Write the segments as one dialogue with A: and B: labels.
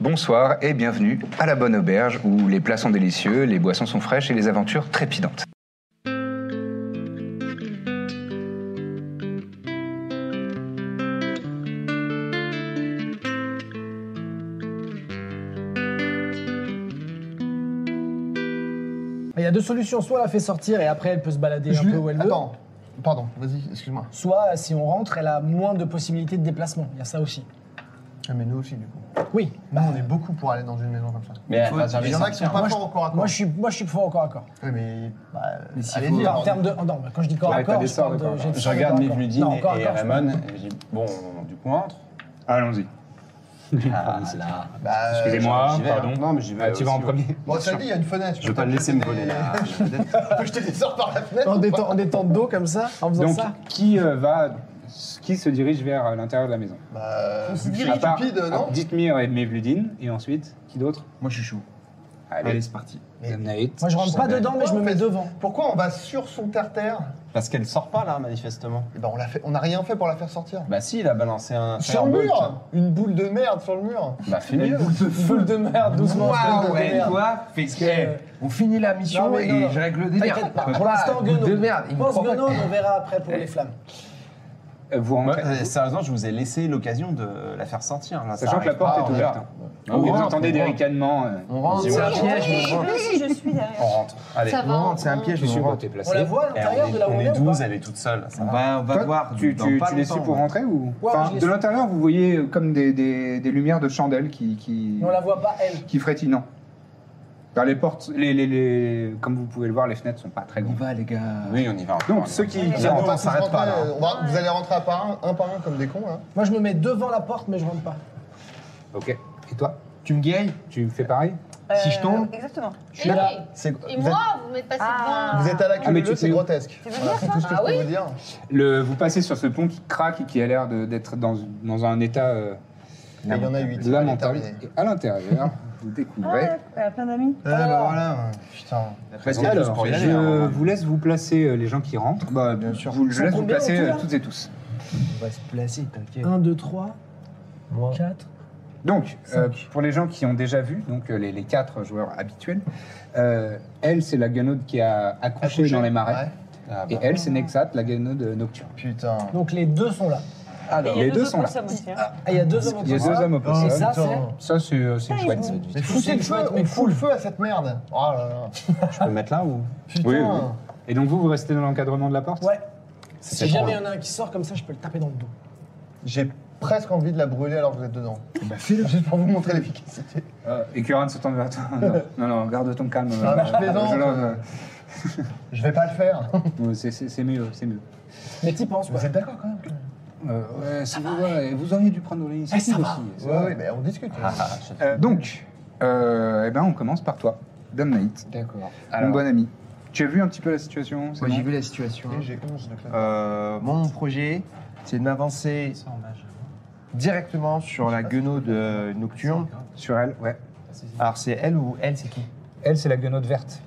A: Bonsoir et bienvenue à la Bonne Auberge où les plats sont délicieux, les boissons sont fraîches et les aventures trépidantes.
B: Il y a deux solutions. Soit on la fait sortir et après elle peut se balader un
C: Je lui-
B: peu où elle veut.
C: Attends, pardon, vas-y, excuse-moi.
B: Soit euh, si on rentre, elle a moins de possibilités de déplacement. Il y a ça aussi. Bah,
C: Ah, mais nous aussi, du coup.
B: Oui.
C: Nous, on est beaucoup pour aller dans une maison comme ça. Bah,
D: Mais elle va
C: Il
D: jamais
C: y en a qui sont
D: sortir.
C: pas
B: Moi,
C: forts au corps à corps.
B: Moi je suis, moi je suis fort au corps à corps.
C: Oui, mais. Bah,
D: Mais s'il
C: allez
D: faut-
C: dire.
B: en termes de, oh, non, mais quand je dis corps
D: Ouais,
B: à
D: t'as
B: corps,
D: des
B: je,
D: sorts
B: parle
D: de
B: de-
D: corps.
B: j'ai des
D: Je
B: sorts de
D: regarde
B: corps à corps.
D: Mevludine
B: Non,
D: et,
B: corps à
D: et
B: corps, je
D: Ramon, et je dis, bon, du coup, on entre.
E: Allons-y.
D: Ah, là.
C: Bah, euh,
E: Excusez-moi,
D: J'y vais, hein.
E: pardon.
D: Non, mais j'y vais.
E: Ah, tu vas en
D: aussi,
E: premier.
D: ouais.
C: Bon, ça dit, il y a une fenêtre.
D: Je vais pas le laisser me voler là.
C: Peut jeter des sorts par la
B: parle. En
C: fenêtre.
B: détente, en détente d'eau comme ça, en faisant
E: Donc,
B: ça.
E: qui euh, va. Qui se dirige vers euh, l'intérieur de la maison
C: Bah, c'est
E: À part-
C: stupide,
E: ah,
C: non
E: Dithmir et Mevludin, et ensuite, qui d'autre
D: Moi, je suis chaud.
E: Allez,
D: c'est parti.
B: Moi je rentre pas dedans, mais je me
C: Pourquoi
B: mets
C: on fait-
B: devant.
C: Pourquoi on va sur son terre-terre
D: Parce qu'elle sort pas là, manifestement.
C: Eh ben, on l'a fait- on n'a rien fait pour la faire sortir.
D: Bah, si, il a balancé un.
C: Sur le
D: firebolt.
C: mur Une boule de merde sur le mur
D: Bah, fais mieux.
B: Boule de merde, doucement. boule de merde.
D: toi, fais
B: euh,
D: On finit la mission
B: non, mais non, non.
D: règle le
B: T'inquiète pas, pour l'instant, Guenaud. Pense Guenaud, on verra après pour les flammes.
E: Euh, Vous rentrez.
D: Sérieusement, je vous ai laissé l'occasion de la faire sortir. là, ça
E: Sachant que la
D: arrive
E: porte
D: pas,
E: est
D: on-
E: ouverte. hein.
D: On
E: Vous
D: rentre,
E: entendez
D: on
E: des
D: rentre.
E: ricanements. euh,
D: On rentre,
F: C'est
D: on
F: un
D: rentre.
F: piège,
G: Oui,
F: je
G: moi aussi je suis derrière.
D: On rentre. Allez.
G: Ça va.
F: c'est un piège.
E: Je suis pas t'es placé.
B: On la voit à
D: Eh,
B: l'intérieur
D: on
B: de
D: est-
B: la hein.
D: on
B: monnaie
D: est
B: ou pas
D: 12, elle est toute seule. Ça
F: On
E: Bah,
D: va.
F: va, on va
E: Toi,
F: voir.
E: tu,
F: dans
E: tu,
F: pas
E: tu les suis
F: longtemps, hein.
E: pour
D: hein.
F: ouais.
E: rentrer ou
B: Ouais,
E: Enfin,
B: je les
E: De
B: suis.
E: l'intérieur, vous voyez euh, comme des, des, des lumières de chandelles qui, qui,
B: Mais on la voit pas, elle.
E: qui frétinent. Car les portes, les, les, les- comme vous pouvez le voir, les fenêtres sont pas très
F: On y
E: grandes.
F: va, les gars.
D: Oui, on y va.
E: Donc ceux qui,
C: On
E: qui
C: va
E: rentrent,
C: pas
D: on
C: tous
D: s'arrête
C: rentrer,
D: pas, là.
C: on va- Vous allez rentrer à par un, un par un comme des cons là.
B: Moi je me mets devant la porte, mais je rentre pas.
E: Ok. Et toi
F: Tu me gailles
E: Tu fais pareil
F: Si je tombe
G: Exactement.
C: Je suis là.
H: Euh, Et-
C: C'est-
H: Et
C: vous,
H: moi,
C: êtes,
H: vous m'êtes passé euh,
G: Ah.
C: vous êtes à la
E: Ah, mais
C: queue
E: tu
C: leu, c'est
E: sais où
C: grotesque.
G: Tu veux
C: Voilà,
G: dire
C: c'est
G: ça
C: tout ce que
H: Ah
C: je peux
H: oui
C: vous dire.
E: Le, Vous passez sur ce pont qui craque et qui a l'air de- d'être dans, dans un état euh,
C: Et Il y en a 8.
E: lamentable. Et à l'intérieur, vous découvrez.
G: Ah, elle a plein d'amis.
C: Ah bah voilà, putain.
D: Parce qu'il y a tous
E: Alors,
D: pour y aller,
E: je
D: hein,
E: vous laisse vous placer euh, les gens qui rentrent. Bah, bien sûr. Vous, je
B: Sont
E: laisse vous
B: combien au
E: placer
B: tout,
E: euh,
B: là
E: toutes et tous.
F: On va se placer,
C: Eh
F: t'inquiète.
B: 1, 2, 3, 4.
E: Donc, euh,
B: Cinq.
E: pour les gens qui ont déjà vu, donc euh, les, les quatre joueurs habituels, euh, elle, c'est la guenaude qui a accroché dans les marais.
D: Ah
E: Et
D: bah.
E: elle, c'est Nexat, la guenaude euh, nocturne.
C: Putain.
B: Donc les deux sont là.
G: Et il y a
E: les deux sont là.
G: opossums aussi, hein.
B: Ah, il y a deux hommes
E: Il y a deux hommes
B: Et
E: opposés.
B: ça,
C: Oh, putain.
B: c'est.
E: Ah, Ça, c'est euh, c'est
G: Ah, ils
E: chouette.
G: vont-
C: Mais
B: C'est
C: foutez le feu,
B: chouette, mais
C: on fout le feu à cette merde. Oh là là.
D: Je
E: Ah.
D: peux me mettre là ou
C: Putain.
E: Oui, oui. Et donc, vous, vous restez dans l'encadrement de la porte
B: Ouais.
D: C'est
B: Si jamais il y
D: trop
B: en a un qui sort comme ça, je peux le taper dans le dos.
C: J'ai presque envie de la brûler alors que vous êtes dedans. Juste pour vous montrer l'efficacité.
E: Euh, Et Curran se tourne vers toi. Non, non, non, garde ton calme.
C: Ah, mais je
E: euh,
C: plaisante.
E: Jolin,
C: Je vais pas le faire.
E: euh, c'est- C'est c'est mieux, c'est mieux.
B: Mais t'y penses, quoi.
C: Vous êtes d'accord quand même
E: Euh, ouais, ça va, ouais, vous auriez dû prendre
B: Eh,
E: l'initiative aussi. Eh, ça
C: Ouais, Ah,
E: va.
C: ouais, mais on discute.
E: Euh, donc, euh, eh ben, on commence par toi, Dan Knight,
F: D'accord.
E: mon bon ami. Tu as vu un petit peu la situation c'est
F: Moi, j'ai
E: bon
F: vu la situation.
C: Et J'ai 11 de classe.
F: Euh, moi, mon projet, c'est de m'avancer directement sur la guenaude euh, nocturne.
E: Sur elle, ouais.
F: Alors, c'est elle ou elle, c'est qui
E: Elle, c'est la guenaude verte.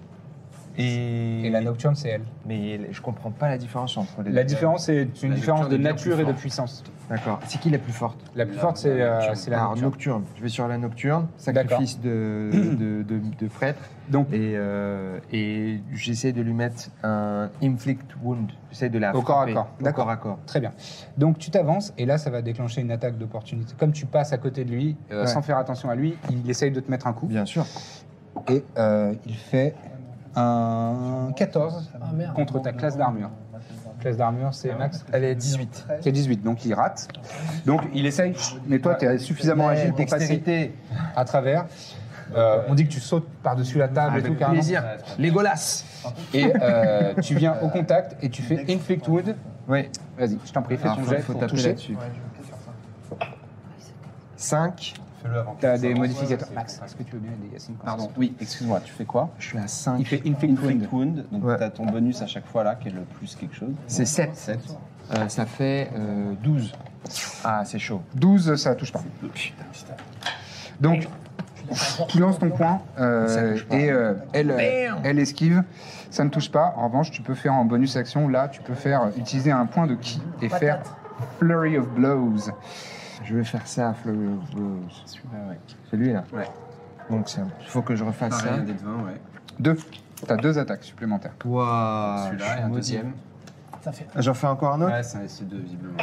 F: Et,
E: Et la nocturne, c'est elle.
F: Mais je comprends pas la différence entre les deux.
E: La différence, c'est une
F: La
E: différence
F: nocturne
E: de
F: est bien
E: nature
F: plus
E: et de
F: forte.
E: puissance.
F: D'accord. C'est qui la plus forte
E: La plus forte, c'est euh, c'est la
F: Alors,
E: nocturne.
F: nocturne. Je vais sur la nocturne,
E: D'accord.
F: sacrifice de, de, de, de prêtre.
E: Donc,
F: Et, euh, et j'essaie de lui mettre un inflict wound. J'essaie de la
E: Au corps à
F: frapper.
E: corps.
F: Au
E: D'accord.
F: corps à corps.
E: Très bien. Donc tu t'avances et là ça va déclencher une attaque d'opportunité. Comme tu passes à côté de lui, euh,
F: Ouais.
E: sans faire attention à lui, il essaye de te mettre un coup.
F: Bien sûr.
E: Et euh, il fait un 14
B: Ah merde.
E: euh, contre ta classe d'armure. Classe d'armure, c'est max
F: Elle est 18.
E: C'est 18, donc il rate. Donc il essaye, mais toi tu es suffisamment agile pour passer
F: Dextérité.
E: à travers. Euh, on dit que tu sautes par-dessus la table et tout
F: Avec
E: carrément.
F: Ah, plaisir. Les golasses.
E: Et euh, tu viens au contact et tu fais Inflict Wood. Ah,
F: Oui.
E: Vas-y, je t'en prie, fais
F: Alors,
E: ton
F: faut-
E: jet
F: faut
E: pour
F: taper
E: toucher.
F: là-dessus.
C: Ouais, je vais sur ça.
F: 5.
D: Fais-le avant.
E: T'as des modificateurs. Max, est-ce que tu veux bien aider Yacine quand
D: Pardon, oui, excuse-moi, tu fais quoi
E: Je suis à
D: Il
E: 5.
D: fait Inflict Wound. donc
F: Ouais.
D: t'as ton bonus à chaque fois là qui est le plus quelque chose.
E: C'est 7.
D: 7.
E: Euh, ça fait euh, 12.
F: Ah, c'est chaud.
E: 12, ça touche pas. Donc, tu lances ton point euh, et euh, elle, euh, elle esquive. Ça ne touche pas. En revanche, tu peux faire en bonus action. Là, tu peux faire euh, utiliser un point de ki et faire Flurry of Blows. Je vais faire ça, Flurry of Blows.
F: Celui-là
D: Ouais.
F: Donc, il faut que je refasse
D: Pareil,
F: ça.
D: un des 20, ouais.
E: Deux. T'as deux attaques supplémentaires. Ah,
F: Waouh, je
D: Celui-là
F: suis
D: et un
F: maudit.
D: deuxième.
B: Ça fait
F: J'en fais encore un autre
D: Ouais, c'est c'est deux visiblement.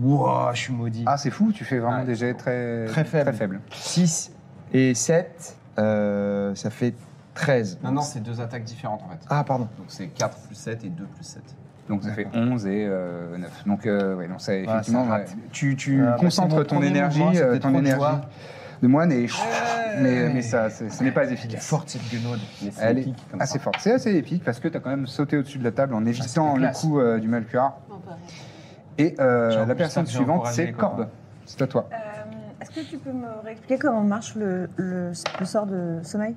F: Waouh, je suis maudit.
E: Ah, c'est fou. Tu fais vraiment
D: Ouais.
E: des jets très,
F: Très faibles. 6 et 7,
E: euh,
F: ça fait 13.
E: Ah
D: Non, non, c'est deux attaques différentes en fait.
F: Ah, pardon.
D: Donc c'est 4 plus 7 et 2 plus 7.
E: Donc, ça fait 11 et 9. Donc, euh, ouais, donc ça, Euh, effectivement,
F: ça
E: ouais.
F: rate.
E: tu, tu
F: Ah, bah, c'est
E: concentres
F: mon
E: ton
F: premier
E: énergie,
F: mouvement,
E: euh,
F: c'était
E: ton
F: trop de
E: énergie
F: joie.
E: de moine et mais, mais ça, c'est- ce n'est pas
F: Elle est
E: efficace.
F: forte cette guenaude. Ah,
D: Mais c'est
E: Elle est
D: épique comme
E: assez
D: ça.
E: forte. C'est assez épique parce que tu as quand même sauté au-dessus de la table en évitant le
F: classe.
E: coup euh, du Malcuar.
G: bah.
E: Et euh,
F: J'ai
E: la
F: envie-
E: personne
F: j'ai
E: suivante,
F: encouragé
E: c'est
F: les copains.
E: Corbe. C'est à toi.
G: Euh, Est-ce que tu peux me réexpliquer comment marche le, le, le sort de sommeil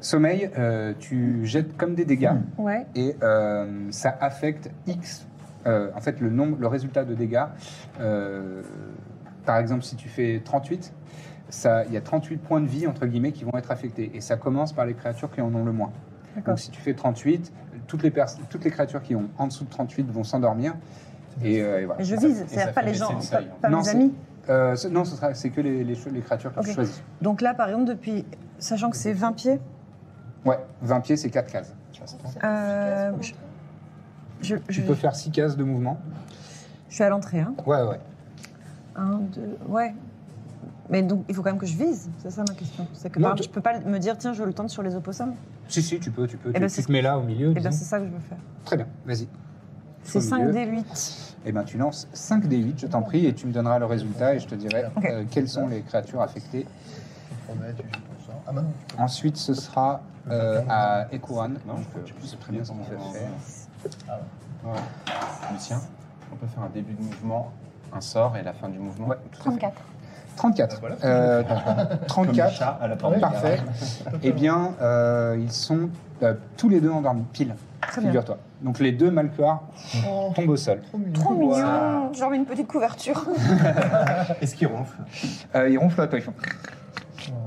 E: Sommeil, euh, tu jettes comme des dégâts
G: Ouais.
E: et euh, ça affecte X, euh, en fait, le, nombre, le résultat de dégâts. Euh, par exemple, si tu fais 38, ça- il y a 38 points de vie, entre guillemets, qui vont être affectés. Et ça commence par les créatures qui en ont le moins.
G: D'accord.
E: Donc si tu fais 38, toutes les, pers- toutes les créatures qui ont en dessous de 38 vont s'endormir. Et, euh, et voilà.
G: Mais Je
E: Ça-
G: vise,
D: et ça
G: c'est-à-dire pas
D: fait
G: les
D: baisser
G: gens,
D: le
G: pas,
D: seuil, hein.
G: pas
E: Non,
G: mes
E: c'est-
G: amis.
E: Euh, ce- non, ce sera, c'est que les, les, cho- les créatures que
G: Ok.
E: tu choisis.
G: Donc là, par exemple, depuis, sachant que c'est 20 pieds,
E: Ouais, 20 pieds, c'est 4 cases.
G: euh, je, je,
E: Tu
G: je-
E: peux faire 6 cases de mouvement.
G: je suis à l'entrée. Hein.
E: Ouais, ouais.
G: Un, deux, ouais. Mais donc, il faut quand même que je vise, c'est ça ma question. C'est que
E: Non,
G: par exemple,
E: tu-
G: je peux pas me dire, tiens, je le tente sur les opossums.
E: Si, si, tu peux, tu peux. Tu,
G: ben,
E: tu
G: c'est
E: te
G: ce-
E: mets là au milieu.
G: Et bien,
E: disons.
G: c'est ça que je veux faire.
E: Très bien, vas-y.
G: C'est
E: Au
G: 5
E: milieu.
G: d 8.
E: Eh bien, tu lances 5 des 8, je t'en prie, et tu me donneras le résultat et je te dirai
G: Ok.
E: euh, quelles sont les créatures affectées.
C: Tu promets, tu joues pour ça. Ah bah non, tu peux.
E: Ensuite, ce sera euh, à Ekuran.
D: Non, je peux- je sais très bien ce qu'on fait.
C: Ah
D: Ouais. Lucien, on peut faire un début de mouvement, un sort et la fin du mouvement.
E: Ouais, tout à fait.
G: 34.
E: 34. Euh, 34.
D: à la
C: Ouais.
E: Parfait. Eh bien, euh, ils sont euh, tous les deux endormis, pile,
G: Très bien.
E: figure-toi. Donc les deux Malcoars
C: Oh,
E: tombent au sol.
C: trop mignon.
G: Trop mignon J'ai envie d'une petite couverture.
D: Est-ce qu'il ronfle
E: Euh, ils ronflent à toi, ils font,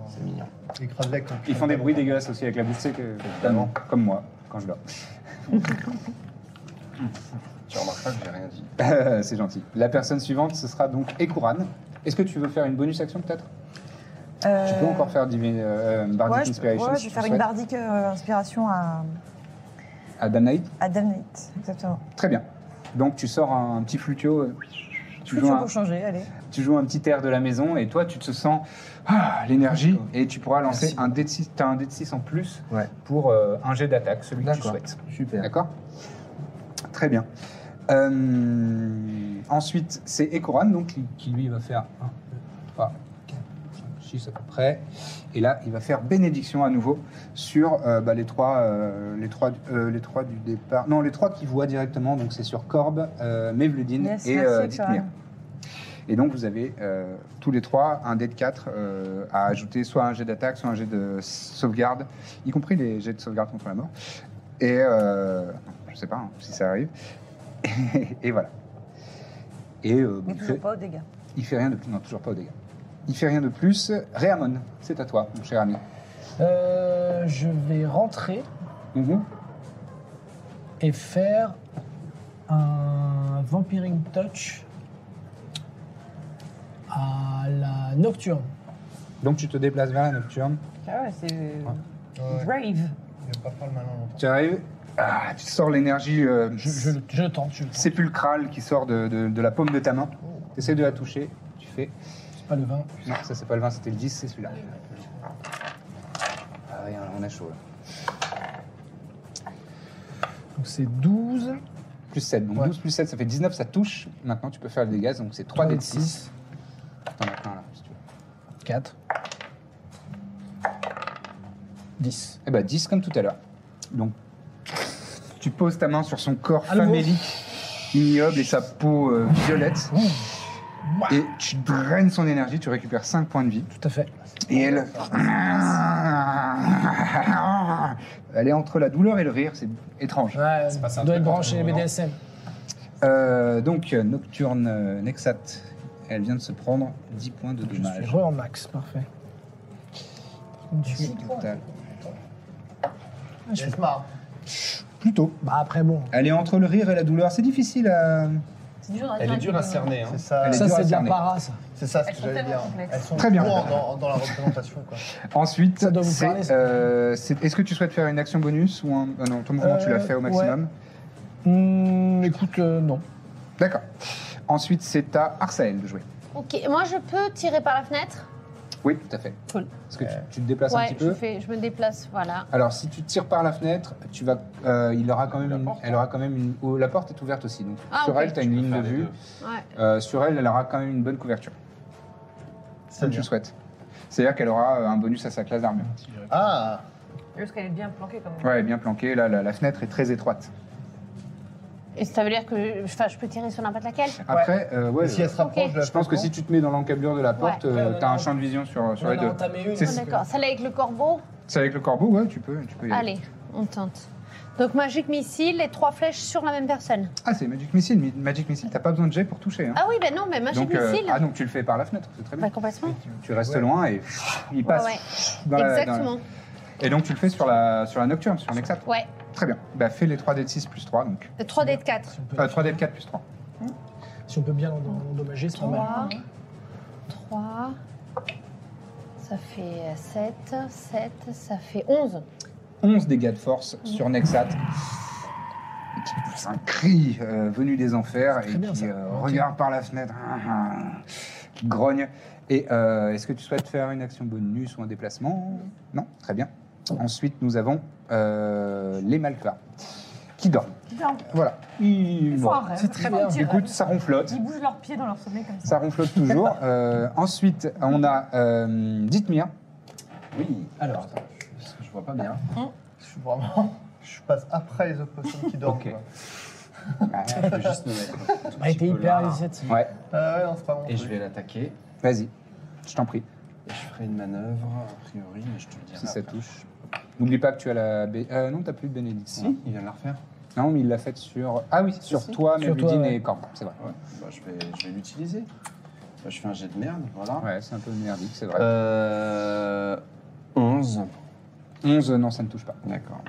C: C'est mignon. Écrase-les avec ton
E: ils font des bruits dégueulasses aussi avec la bouche, c'est que, évidemment, comme moi, quand je dors.
D: Tu remarqueras que j'ai rien dit.
E: Euh, c'est gentil. La personne suivante, ce sera donc Ekouran. Est-ce que tu veux faire une bonus action peut-être Tu peux encore faire Divi- euh, Bardic
G: ouais, je, peux-
E: Inspiration
G: ouais,
E: si
G: je vais
E: tu
G: faire une
E: souhaites.
G: bardique euh, inspiration à,
E: à Danaï.
G: à Damnate. Exactement.
E: Très bien. Donc tu sors un, petit flutio. euh, tu
G: Futur
E: joues un-
G: pour changer, allez.
E: tu joues un petit air de la maison et toi tu te sens ah, l'énergie et tu pourras lancer
F: Merci.
E: un dé de 6, t'as un dé de 6 en plus
F: Ouais.
E: pour euh, un jet d'attaque, celui que tu
F: D'accord.
E: souhaites.
F: Super.
E: D'accord Très bien. Euh, ensuite, c'est Ekoran donc, qui, qui, lui va faire 1, 2, 3, 4, 5, 6 à peu près. Et là, il va faire bénédiction à nouveau sur euh, bah, les, trois, euh, les, trois, euh, les trois du départ. Non, les trois qui voient directement, donc c'est sur Corbe, euh, Mevludin
G: Yes,
E: et
G: merci,
E: euh,
G: Ekoran.
E: Dithmir. Et donc vous avez euh, tous les trois un dé de 4 euh, à ajouter soit un jet d'attaque, soit un jet de sauvegarde, y compris les jets de sauvegarde contre la mort. Et euh, je sais pas hein, si ça arrive. Et voilà. Et euh, bon,
G: Mais
E: il, fait,
G: toujours pas aux dégâts.
E: il fait rien de plus. Non, toujours pas aux dégâts. Il fait rien de plus. Réamon, c'est à toi, mon cher ami.
B: Euh, je vais rentrer
E: Mhm.
B: et faire un Vampiring Touch à la Nocturne.
E: Donc tu te déplaces vers la nocturne.
G: Ah ouais, c'est
C: Ouais,
G: brave.
C: il va pas faire le malin longtemps.
E: Tu arrives. Ah, tu sors l'énergie euh,
B: Je, je, je le tente, je le tente.
E: sépulcrale qui sort de, de- de la paume de ta main. Tu essaies de la toucher. Tu fais.
B: C'est pas le vin.
E: Non, ça c'est pas le 20, c'était le 10, c'est celui-là. Ah, rien, on a chaud. là.
B: Donc c'est 12.
E: Plus 7, donc
B: Ouais.
E: 12 plus 7, ça fait 19, ça touche. Maintenant tu peux faire le dégâts, donc c'est 3 d 6. T'en as plein là, si tu veux.
B: 4. 10.
E: Eh ben 10 comme tout à l'heure. Donc tu poses ta main sur son corps
B: À nouveau.
E: famélique, ignoble et sa peau euh, violette. Et tu draines son énergie, tu récupères 5 points de vie.
B: Tout à fait.
E: Et elle. Elle est entre la douleur et le rire, c'est étrange.
B: Ouais,
F: passé un
B: doit
F: truc
B: être branché
F: entre nous, non
B: BDSM.
E: Euh, donc, euh, Nocturne euh, Nexat, elle vient de se prendre 10 points de
B: Je suis
E: dommage.
B: re en max, parfait. Tu-
E: Total.
B: je suis-
C: Smart.
E: Plutôt.
B: Bah après bon.
E: Elle est entre le rire et la douleur, c'est difficile à.
H: C'est dur à
F: Elle est dure à cerner. Hein.
C: C'est ça,
E: Elle est
B: Ça
E: dure à
B: c'est de la
E: cerner.
B: para ça.
C: c'est ça ce
H: Elles
C: que
H: sont
C: j'allais
H: tellement
C: dire.
H: complexes.
C: Elles sont
E: Très bien.
C: trop dans, dans la représentation. Quoi.
E: Ensuite,
B: Ça doit vous
E: c'est,
B: parler, ça.
E: euh, c'est- est-ce que tu souhaites faire une action bonus ou un. ah non, ton mouvement, tu l'as
B: Euh,
E: fait au maximum.
B: Hmm, écoute, euh, non.
E: D'accord. Ensuite, c'est à Arsael de jouer.
H: Ok, moi je peux tirer par la fenêtre
E: Oui, tout à fait.
H: Cool.
E: Est-ce que tu, tu te déplaces un
H: Ouais,
E: petit peu
H: je, fais, je me déplace, voilà.
E: Alors, si tu tires par la fenêtre, tu vas, euh, il aura quand même
F: La
E: une-
F: porte,
E: elle aura quand même une. oh, la porte est ouverte aussi, donc
H: Ah,
E: sur
H: ok.
E: elle, tu as une ligne de vue.
H: Ouais.
E: Euh, sur elle, elle aura quand même une bonne couverture, comme tu
C: C'est-à-dire-
E: le souhaites. C'est-à-dire qu'elle aura euh, un bonus à sa classe d'armure.
C: Ah,
G: Parce qu'elle est bien planquée quand même.
E: Ouais, elle est bien planquée. Là, la, la fenêtre est très étroite.
H: Et ça veut dire que enfin, je peux tirer sur n'importe laquelle
E: Après, euh, ouais,
C: et si elle se rapproche
H: Ok.
C: de la
E: je pense que si tu te mets dans l'encablure de la porte,
B: Ouais,
E: euh,
B: on en
E: t'as un
B: a-
E: champ de vision sur, sur
B: On
E: les
B: en a
E: deux.
B: entamé une. hein,
E: C'est-
H: Oh, D'accord, celle avec le corbeau
E: C'est avec le corbeau, ouais, tu peux, tu peux y aller.
H: Allez, on tente. Donc magique missile, les trois flèches sur la même personne.
E: Ah, c'est Magic Missile. Mi- Magic Missile, t'as pas besoin de jet pour toucher. hein.
H: Ah oui, ben non, mais magique
E: donc, euh,
H: missile
E: ah, donc tu le fais par la fenêtre, c'est très bien.
H: Bah complètement.
E: Tu, tu restes loin et il passe
H: ouais.
E: dans la- dans la-
H: Exactement.
E: Et donc tu le fais sur la, sur la nocturne, sur Nexat.
H: Ouais.
E: Très bien. Bah fais les 3D de 6 plus 3 donc.
H: 3 d de 4.
B: Si on peut,
E: Euh, 3D de 4 plus 3.
B: si on peut bien l'end- l'endommager, c'est pas mal.
H: 3, 3, ça fait 7, 7, ça fait 11.
E: 11 dégâts de force sur Nexat. Qui pousse un cri euh, venu des enfers
B: C'est
E: et
B: très bien,
E: qui
B: ça.
E: euh,
B: Ok.
E: regarde par la fenêtre, qui grogne. Et euh, est-ce que tu souhaites faire une action bonus ou un déplacement Non Très bien. Ensuite, nous avons euh, les Malkvar qui dorment. Voilà. Ils
G: Ils font un
E: dorment.
G: rêve.
B: C'est très
G: Ils font
B: bien.
G: un petit
E: Écoute,
G: rêve.
E: ça ronflotte.
G: Ils bougent leurs pieds dans leur sommeil comme ça.
E: Ça ronflote toujours. Euh, ensuite, on a euh, Dithmir.
F: Oui. Alors, attends, parce que je vois pas bien.
C: Je suis vraiment. Je passe après les opossums qui dorment.
F: Ok.
C: quoi.
D: Ah,
F: Je peux juste me mettre. un tout
B: On a
F: petit
B: été
F: peu
B: hyper
F: là.
B: initiative.
E: Ouais,
C: Ah ouais, non, c'est pas bon.
F: Et je vais l'attaquer.
E: vas-y, je t'en prie,
F: Et je ferai une manœuvre, a priori, mais je te le dirai.
E: si ça
F: après.
E: touche. N'oublie pas que tu as la. bé- Euh, non, t'as plus de bénédiction.
F: Si, il vient de la refaire.
E: Non, mais il l'a faite sur. Ah oui, sur toi,
B: Sur
E: Méludine
B: toi, ouais.
E: et Corbe, c'est vrai.
F: Ouais, bah, je vais, je vais l'utiliser. Bah, je fais un jet de merde, voilà.
E: Ouais, c'est un peu merdique, c'est vrai.
F: Euh, 11.
E: 11, non, ça ne touche pas.
F: D'accord.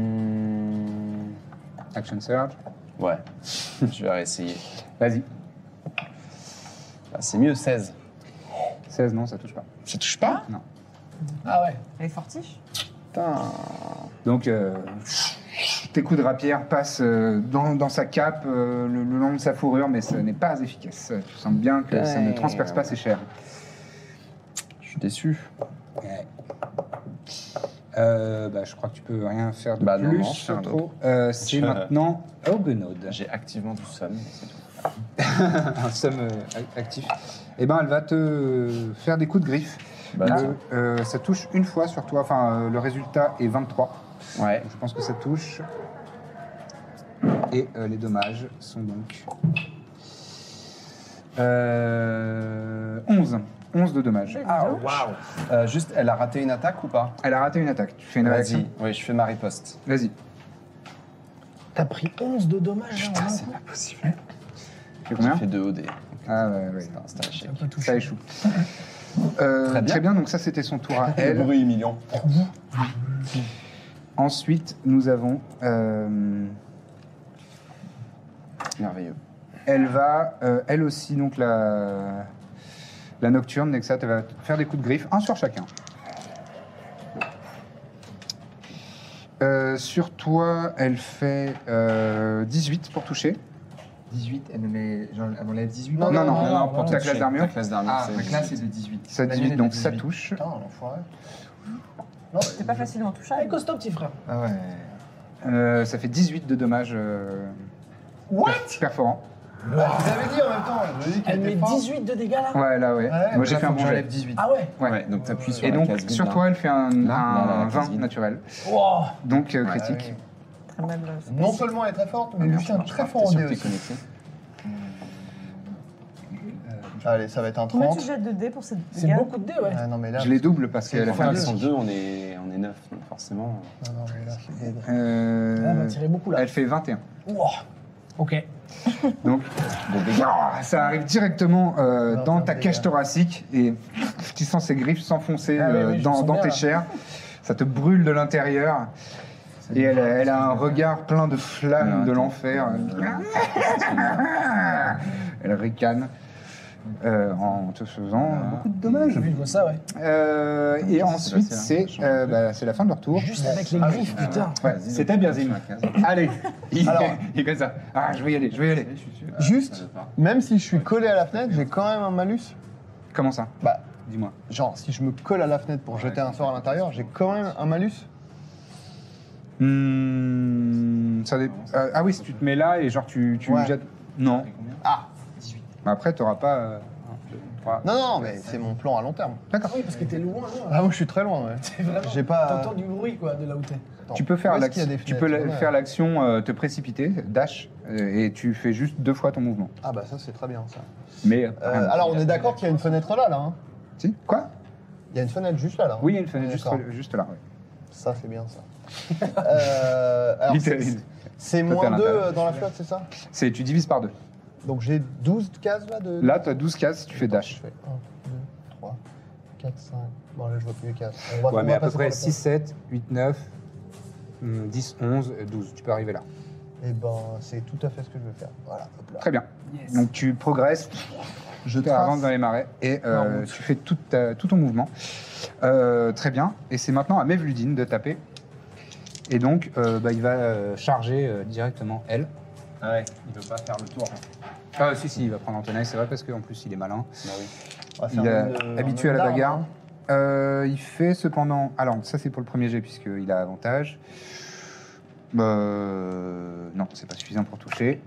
F: Hmm,
E: Action Surge,
F: Ouais, je vais réessayer.
E: vas-y.
F: Ah, c'est mieux, 16.
E: 16, non, ça touche pas.
F: Ça touche pas
B: Ah ouais.
G: Elle est fortiche.
F: Putain.
E: Donc, euh, tes coups de rapière passent euh, dans, dans sa cape, euh, le, le long de sa fourrure, mais ce n'est pas efficace. Tu sens bien que ça ne
F: Ouais.
E: transperce pas ses chairs.
F: Je suis déçu.
E: Euh, bah, je crois que tu peux rien faire de
F: Bah, non,
E: plus.
F: non, c'est un
E: trop. Euh, c'est
F: Je-
E: maintenant oh, Haugenaud.
F: J'ai activement du somme. c'est tout.
E: Un somme euh, ac- actif. Eh ben, elle va te faire des coups de griffe.
F: Bah,
E: Le- euh, ça touche une fois sur toi. Enfin, euh, le résultat est 23.
F: Ouais.
E: Je pense que ça touche. Et euh, les dommages sont donc euh, 11. 11 de dommages.
F: Ah, waouh Euh, Juste, elle a raté une attaque ou pas
E: Elle a raté une attaque. Tu fais une
F: Vas-y,
E: réaction.
F: oui, je fais ma riposte.
E: Vas-y.
B: T'as pris 11 de dommages. hein, en un coup.
F: pas possible.
E: Tu fais
F: J'ai
E: combien
F: fait 2 OD.
E: Ah ouais, ouais.
F: C'est un- c'est un échec.
B: Un peu touché.
E: Ça échoue. Euh, très,
F: Très
E: bien.
F: bien.
E: donc ça c'était son tour à
F: Le
E: elle.
F: bruit est mignon.
E: Ensuite, nous avons. euh,
F: Merveilleux.
E: elle va, euh, elle aussi, donc la, la nocturne, Nexat, elle va faire des coups de griffe, un sur chacun. Euh, sur toi, elle fait euh, 18 pour toucher.
I: 18, elle me met. Genre, elle m'enlève 18.
E: Non, non, non,
B: non, non,
E: pour
B: non,
E: ta
F: Touché.
E: classe d'armure.
F: Ta classe d'armure,
I: Ah,
F: c'est
I: ma classe est
F: 18.
I: de 18.
E: Ça
I: La
E: 18,
I: mienne est
E: donc
I: de
E: ça touche.
C: Putain, l'enfoiré. Non,
G: C'est pas facilement touchable.
B: Allez, costaud, petit frère.
I: Ah ouais.
E: Euh, ça fait 18 de dommages euh,
C: What
E: perforants.
C: Vous avez dit en même temps, je dis
B: Elle
C: qu'elle
B: met
C: était forte.
B: 18 de dégâts là.
E: Ouais, là, ouais.
C: Ouais,
E: Moi, j'ai
I: Là,
E: fait
I: faut
E: un
I: que
E: bon
I: j'enlève
E: jet.
I: 18.
B: Ah ouais.
E: Ouais.
F: Ouais, donc t'appuies sur
E: Et
F: la
E: donc,
F: case vide,
E: sur
F: là.
E: toi, elle fait un,
F: Là,
E: un
F: là, la case
E: 20
F: vide.
E: naturel.
B: Wow.
E: Donc, euh,
C: Ah
E: critique.
C: oui.
G: Très mal. euh, c'est
C: Non seulement elle est très forte, mais
F: Merde,
C: le chien
F: ça
C: est
F: marche
C: très
F: pas.
C: fort
F: T'es
C: en
F: sûr
C: dé
F: que t'es
C: aussi.
F: connecté
C: Allez, ça va être un
G: Combien tu
C: 30.
G: jettes de dés pour cette
B: C'est
G: gars
B: beaucoup de dés, ouais.
C: Ah, non, mais là.
E: Je les double parce qu'à la
D: Enfin,
E: fin
D: ils
E: de
D: sont deux, on est, on est neuf, donc forcément. euh,
C: Non, non, mais là, c'est dead.
B: Ah, on va tirer beaucoup là.
E: Euh, elle fait 21.
B: Ouah. Ok.
E: Donc, Ah, ça arrive directement euh,
C: Non,
E: dans
C: ça
E: ta
C: me
E: cage
C: dégage.
E: thoracique et tu sens ses griffes s'enfoncer
B: Ah oui,
E: euh,
B: oui, je
E: dans,
B: sens
E: dans
B: bien,
E: tes
B: là.
E: chairs. Ça te brûle de l'intérieur. Et elle, elle a un regard plein de flammes
C: Ah,
D: Alors,
E: de
D: attends.
E: l'enfer. Elle ricane euh, en te faisant
C: Ah.
E: beaucoup de dommages.
B: J'ai vu, je vois ça, ouais.
E: Euh, et
D: Qu'est-ce qui s'est
E: ensuite,
D: passé,
E: c'est
D: là
E: euh, bah, c'est la fin de leur tour.
B: Juste avec les
C: Ah
B: griffes, putain.
E: Ouais, c'était bien Zim. Allez, il, il est comme ça. Ah, je vais y aller, je vais y aller.
C: Juste, même si je suis collé à la fenêtre, j'ai quand même un malus.
E: Comment ça
C: Bah,
E: Dis-moi.
C: genre, si je me colle à la fenêtre pour jeter un sort à l'intérieur, j'ai quand même un malus.
E: Hmm, ça dé- euh, ah oui, si tu te mets là et genre tu, tu
C: Ouais.
E: jettes. Non.
C: Ah.
E: Mais après, t'auras pas. euh, t'auras-
C: Non, non, mais c'est mon plan à long terme.
B: Ah Oui, parce que t'es loin, loin.
C: Ah, moi, je suis très loin, ouais.
B: T'es vraiment.
C: J'ai pas.
B: T'entends du bruit, quoi, de là où t'es.
C: Attends,
E: Tu peux faire
C: où est-ce qu'il y
E: l'action.
C: a des
E: Tu peux la-
C: fenêtres
E: faire l'action euh, te précipiter, dash, euh, et tu fais juste deux fois ton mouvement.
C: Ah, bah, ça, c'est très bien, ça.
E: Mais
C: Euh,
E: ah,
C: alors, on est d'accord qu'il y a une fenêtre là, là. hein
E: si quoi
C: Il y a une fenêtre juste là, là. hein
E: Oui, il y a une fenêtre juste,
C: D'accord.
E: juste là. ouais.
C: Ça, c'est bien, ça. Euh, alors, c'est-
E: Littéralement.
C: c'est
E: Toi, t'es à
C: moins 2
E: l'intérieur.
C: dans la flotte, c'est ça
E: C'est tu divises par deux.
C: Donc, j'ai 12 cases, là, de...
E: Là, t'as 12 cases, tu fais
C: Je
E: dash.
C: fais 1, 2, 3, 4, 5... Bon, là, je vois plus les cases. On va- on
E: Ouais,
C: va
E: mais à peu
C: passer par
E: près
C: la
E: 6, 7, 8, 9, 10, 11, 12. Tu peux arriver là.
C: fenêtre. Eh ben, c'est tout à fait ce que je veux faire. Voilà, hop là.
E: Très bien. Donc tu progresses,
C: Je
E: tu avances dans les marais et euh, tu fais tout, ta- tout ton mouvement. Euh, très bien. Et c'est maintenant à Mevludine de taper. Et donc, euh, bah, il va euh, charger euh, directement elle.
D: Ah ouais, il veut pas faire le tour. hein.
E: Ah, si, si, il va prendre Antonin, c'est vrai, parce qu'en plus, il est malin.
D: Bah oui.
C: On va faire
E: Il est
C: un homme de-
E: habitué à
C: un
E: la
C: homme d'arme,
E: bagarre.
C: hein.
E: Euh, il fait cependant. Alors, ça, c'est pour le premier jet, puisqu'il a avantage. Euh, non, c'est pas suffisant pour toucher.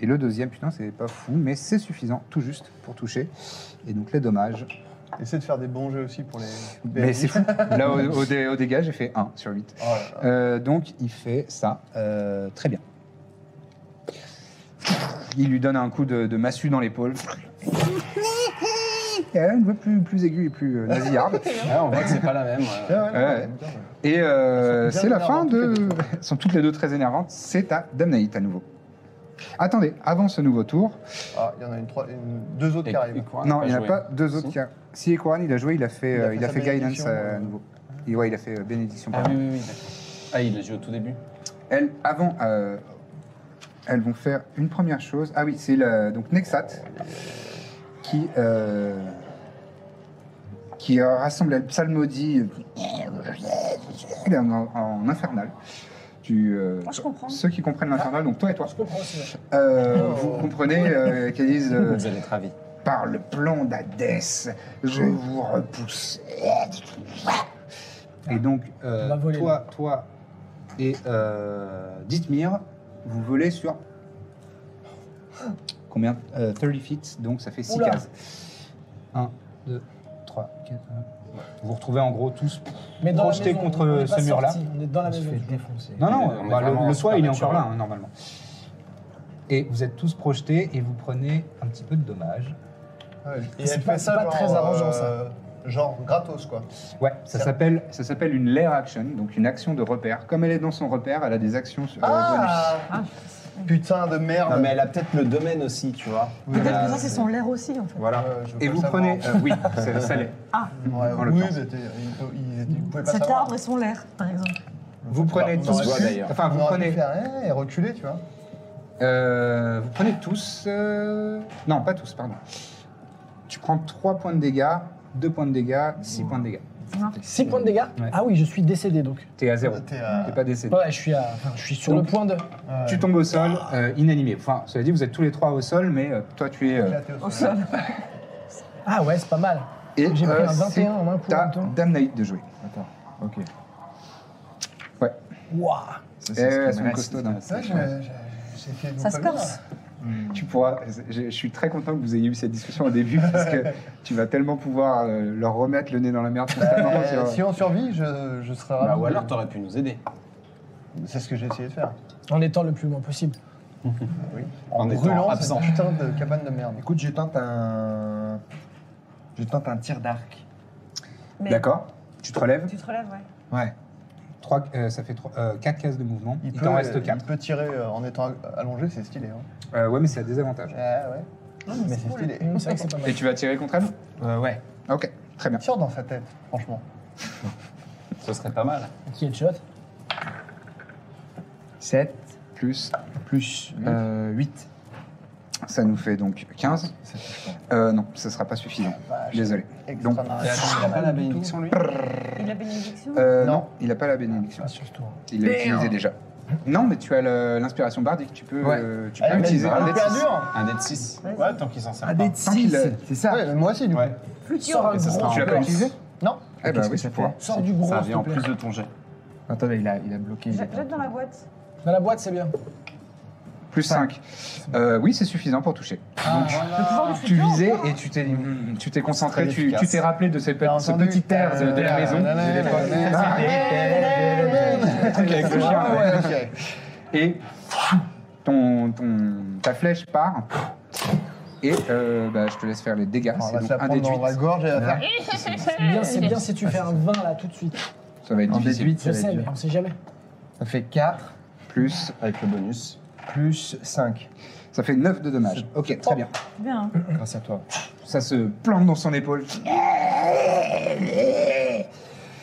E: Et le deuxième, putain, c'est pas fou, mais c'est suffisant, tout juste, pour toucher. Et donc, les dommages.
C: Essaie de faire des bons jeux aussi pour les...
E: Mais c'est fou. Là, au, au dé- au dégât, j'ai fait 1 sur 8.
C: Oh là là.
E: Euh, donc, il fait ça. Euh, très bien. Il lui donne un coup de, de massue dans l'épaule. Et elle a une voix plus, plus aiguë et plus euh, nasillarde.
D: Ouais, on voit que c'est pas la même. ouais.
C: Ah ouais, non,
E: Ouais.
C: non, non, non.
E: Et euh,
C: Elles sont bien
E: c'est la fin
C: énervantes,
E: de.
C: toutes les deux.
E: Elles sont toutes les deux très énervantes. C'est à Damnaït à nouveau. Attendez, avant ce nouveau tour.
C: Ah, il y en a une, trois- une- deux autres
D: Et-
C: qui
D: et
C: arrivent.
F: Ah,
D: Coran
E: non,
D: a
E: il n'y en a
D: joué.
E: pas deux autres
D: Si.
E: qui a. Si Ekoran, il a joué, il a fait,
C: Il a
E: euh,
C: fait
E: il a
C: sa
E: fait guidance
C: bénédiction,
E: euh, à
C: euh.
E: nouveau. Et ouais, il a fait euh, bénédiction.
D: Ah
E: pardon.
D: oui, oui, oui, d'accord. Ah, il l'a joué au tout début.
E: Elles, avant, euh, elles vont faire une première chose. Ah oui, c'est la- donc Nexat qui euh, qui rassemble la psalmodie euh, en, en infernal. Tu, euh,
G: Moi, je comprends.
E: Ceux qui comprennent l'infernal, donc toi et toi,
B: Je comprends aussi. ouais.
E: euh, vous comprenez euh, qu'elles disent euh,
D: Vous allez être ravis.
E: par le plan d'Hadès, je vous repousse. Et donc, euh,
B: On va voler,
E: toi, toi et euh, Dithmir, vous volez sur. Combien Euh, 30 feet, donc ça fait 6
B: Oula.
E: cases. 1, 2, 3, 4. Vous vous retrouvez en gros tous.
B: Mais dans la
E: Projeté
B: maison,
E: contre
B: on n'est pas
E: ce mur-là.
B: sortis, On est dans la maison. je vois.
E: Non, non,
D: On est
E: bah,
D: vraiment
E: le, le soir il est encore
D: supernatural.
E: là, hein, normalement. Et vous êtes tous projetés et vous prenez un petit peu de dommages.
C: Ouais,
B: C'est
C: et elle
B: pas-
C: fait
B: c'est
C: ça
B: pas
C: genre,
B: très arrangeant, ça.
C: euh, Genre gratos quoi.
E: Ouais, ça
C: C'est-
E: s'appelle ça s'appelle une lair action, donc une action de repère. Comme elle est dans son repère, elle a des actions sur euh,
C: Ah Putain de merde.
F: Ah,
D: Non, mais elle a peut-être le domaine aussi, tu vois.
G: Peut-être
D: Bah,
G: que ça, c'est son l'air aussi, en fait.
E: Voilà.
C: Euh, je veux
E: Et
C: pas
E: vous
C: savoir.
E: prenez euh, oui, ça, ça l'est.
C: Ouais,
E: Dans le
C: oui,
E: temps.
C: c'était- ils- ils- ils pouvaient pas
G: Cet
C: savoir.
G: arbre et son l'air, par exemple.
E: Vous prenez
C: Bah, on
E: tous
C: aurait pu-
D: d'ailleurs.
E: enfin vous
C: On aurait pu
E: prenez
C: faire rien et reculer, tu vois.
E: euh, vous prenez tous euh, non, pas tous, pardon. Tu prends 3 points de dégâts, 2 points de dégâts, 6 points de dégâts.
B: 6 points de dégâts
E: Ouais.
B: Ah oui, je suis décédé donc.
E: T'es à zéro.
C: T'es euh, à-
E: T'es pas décédé.
B: Ouais, je suis, à- enfin, je suis sur
E: Donc-
B: le point de.
C: Ouais.
E: Tu tombes au sol, euh, inanimé. Enfin, cela dit, vous êtes tous les trois au sol, mais euh, toi tu es. euh,
C: Éclaté au
G: Au
C: sol.
G: sol.
B: Ah ouais, c'est pas mal.
E: et
B: J'ai pris un
E: c'est
B: 21 en un coup,
E: ta
B: en même temps.
E: Damnaït de jouer.
F: Attends, ok.
E: Ouais.
B: Ouah.
F: Ça,
E: Eh
F: c'est ce qui
E: ouais,
F: me
E: elles sont
F: reste.
E: costaudes, hein.
C: Ouais, j'ai- j'ai- j'ai fait de mon
G: Ça se
C: famille,
G: corse.
C: là.
E: Tu pourras. Je, je suis très content que vous ayez eu cette discussion au début parce que tu vas tellement pouvoir euh, leur remettre le nez dans la merde constamment.
C: Euh,
E: tu vois.
C: si on survit, je, je serai ravi.
D: Bah, ou alors t'aurais pu nous aider.
C: C'est ce que j'ai essayé de faire.
B: En étant le plus loin possible.
D: En étant
C: brûlant
D: absent.
C: cette putain de cabane de merde.
F: Écoute, je tente un. Je tente un tir d'arc.
G: Mais
E: D'accord. Tu te relèves.
G: Tu te relèves, ouais.
F: Ouais.
E: Trois, euh, ça fait 4 cases de mouvement. Il,
C: peut,
E: t'en reste
C: il
E: 4.
C: peut tirer euh, en étant allongé, c'est stylé. Hein.
E: ouais, mais c'est à désavantage.
C: Ah ouais. mais c'est stylé.
B: Mmh, C'est vrai que c'est pas mal.
E: Et tu vas tirer contre elle
F: Euh, ouais.
E: Ok, très bien.
C: Tire dans sa tête, franchement.
D: Ce serait pas mal.
B: Qui est le shot
F: 7
E: Plus,
F: plus
C: euh,
F: 8.
E: ça nous fait donc 15. Euh, non, ça sera pas suffisant. Désolé. Donc,
D: Et attends, il a pas la bénédiction, lui
G: Il a bénédiction
E: Euh, non.
C: Non.
E: il n'a pas la bénédiction.
B: Ah, surtout.
E: Il l'a utilisé déjà. Non, mais tu as le- l'inspiration bardique, tu peux,
F: Ouais.
E: euh, tu peux
C: Allez,
E: utiliser.
C: mais-
D: un
C: hyper
D: dé de six.
C: dur.
D: Un dé de 6.
G: Vas-y.
D: Ouais, tant qu'ils s'en servent
F: Ah,
D: pas.
F: des
E: Tant qu'il a-
F: 6 C'est ça
C: Ouais, mais moi aussi, du coup.
D: Ouais.
B: Plus tu auras
D: ça
B: le
D: sera
B: gros.
D: en
E: Tu l'as pas
D: plus.
E: utilisé
C: Non.
E: Eh ben
F: Qu'est-ce
E: oui,
F: que
E: c'est
F: ça
E: pour.
F: fait
B: Sors du gros,
D: Ça
B: s'il
D: vient en
B: te plaît.
D: plus de ton jet.
F: Attendez, il a, il a bloqué. il a-
G: Jette jette dans la boîte.
B: Dans la boîte, c'est bien.
E: Plus 5. Euh, oui, c'est suffisant pour toucher.
G: Le pouvoir du
E: Tu
G: futur,
E: visais
G: encore.
E: et tu t'es mm, tu t'es concentré,
D: Très
E: tu
D: efficace.
E: tu t'es rappelé de cette pe-
C: T'as
E: ce
C: entendu
E: petit air de, de la maison.
C: Nanana,
E: de l'époque.
C: nanana,
E: Ah,
C: nanana.
E: truc avec le chien,
C: Ah
E: ouais.
C: ouais, ok.
E: Et ton, ton- ta flèche part. Et euh, bah, je te laisse faire les dégâts.
C: On
E: C'est
C: va
E: donc
C: se la
E: un
C: prendre
E: des
C: dans la
E: huit.
C: gorge et la faire.
B: C'est bien, c'est bien si tu fais un 20 là tout de suite.
E: Ça va être
F: En
E: difficile.
F: déduite,
B: Je
F: ça va
B: sais,
F: être
B: mais
F: dur.
B: on sait jamais.
F: Ça fait 4
E: Plus,
D: Avec le bonus.
F: plus 5.
E: ça fait 9 de dommages. Ok, très bien.
G: Bien. hein.
F: Grâce à toi.
E: Ça se plante dans son épaule.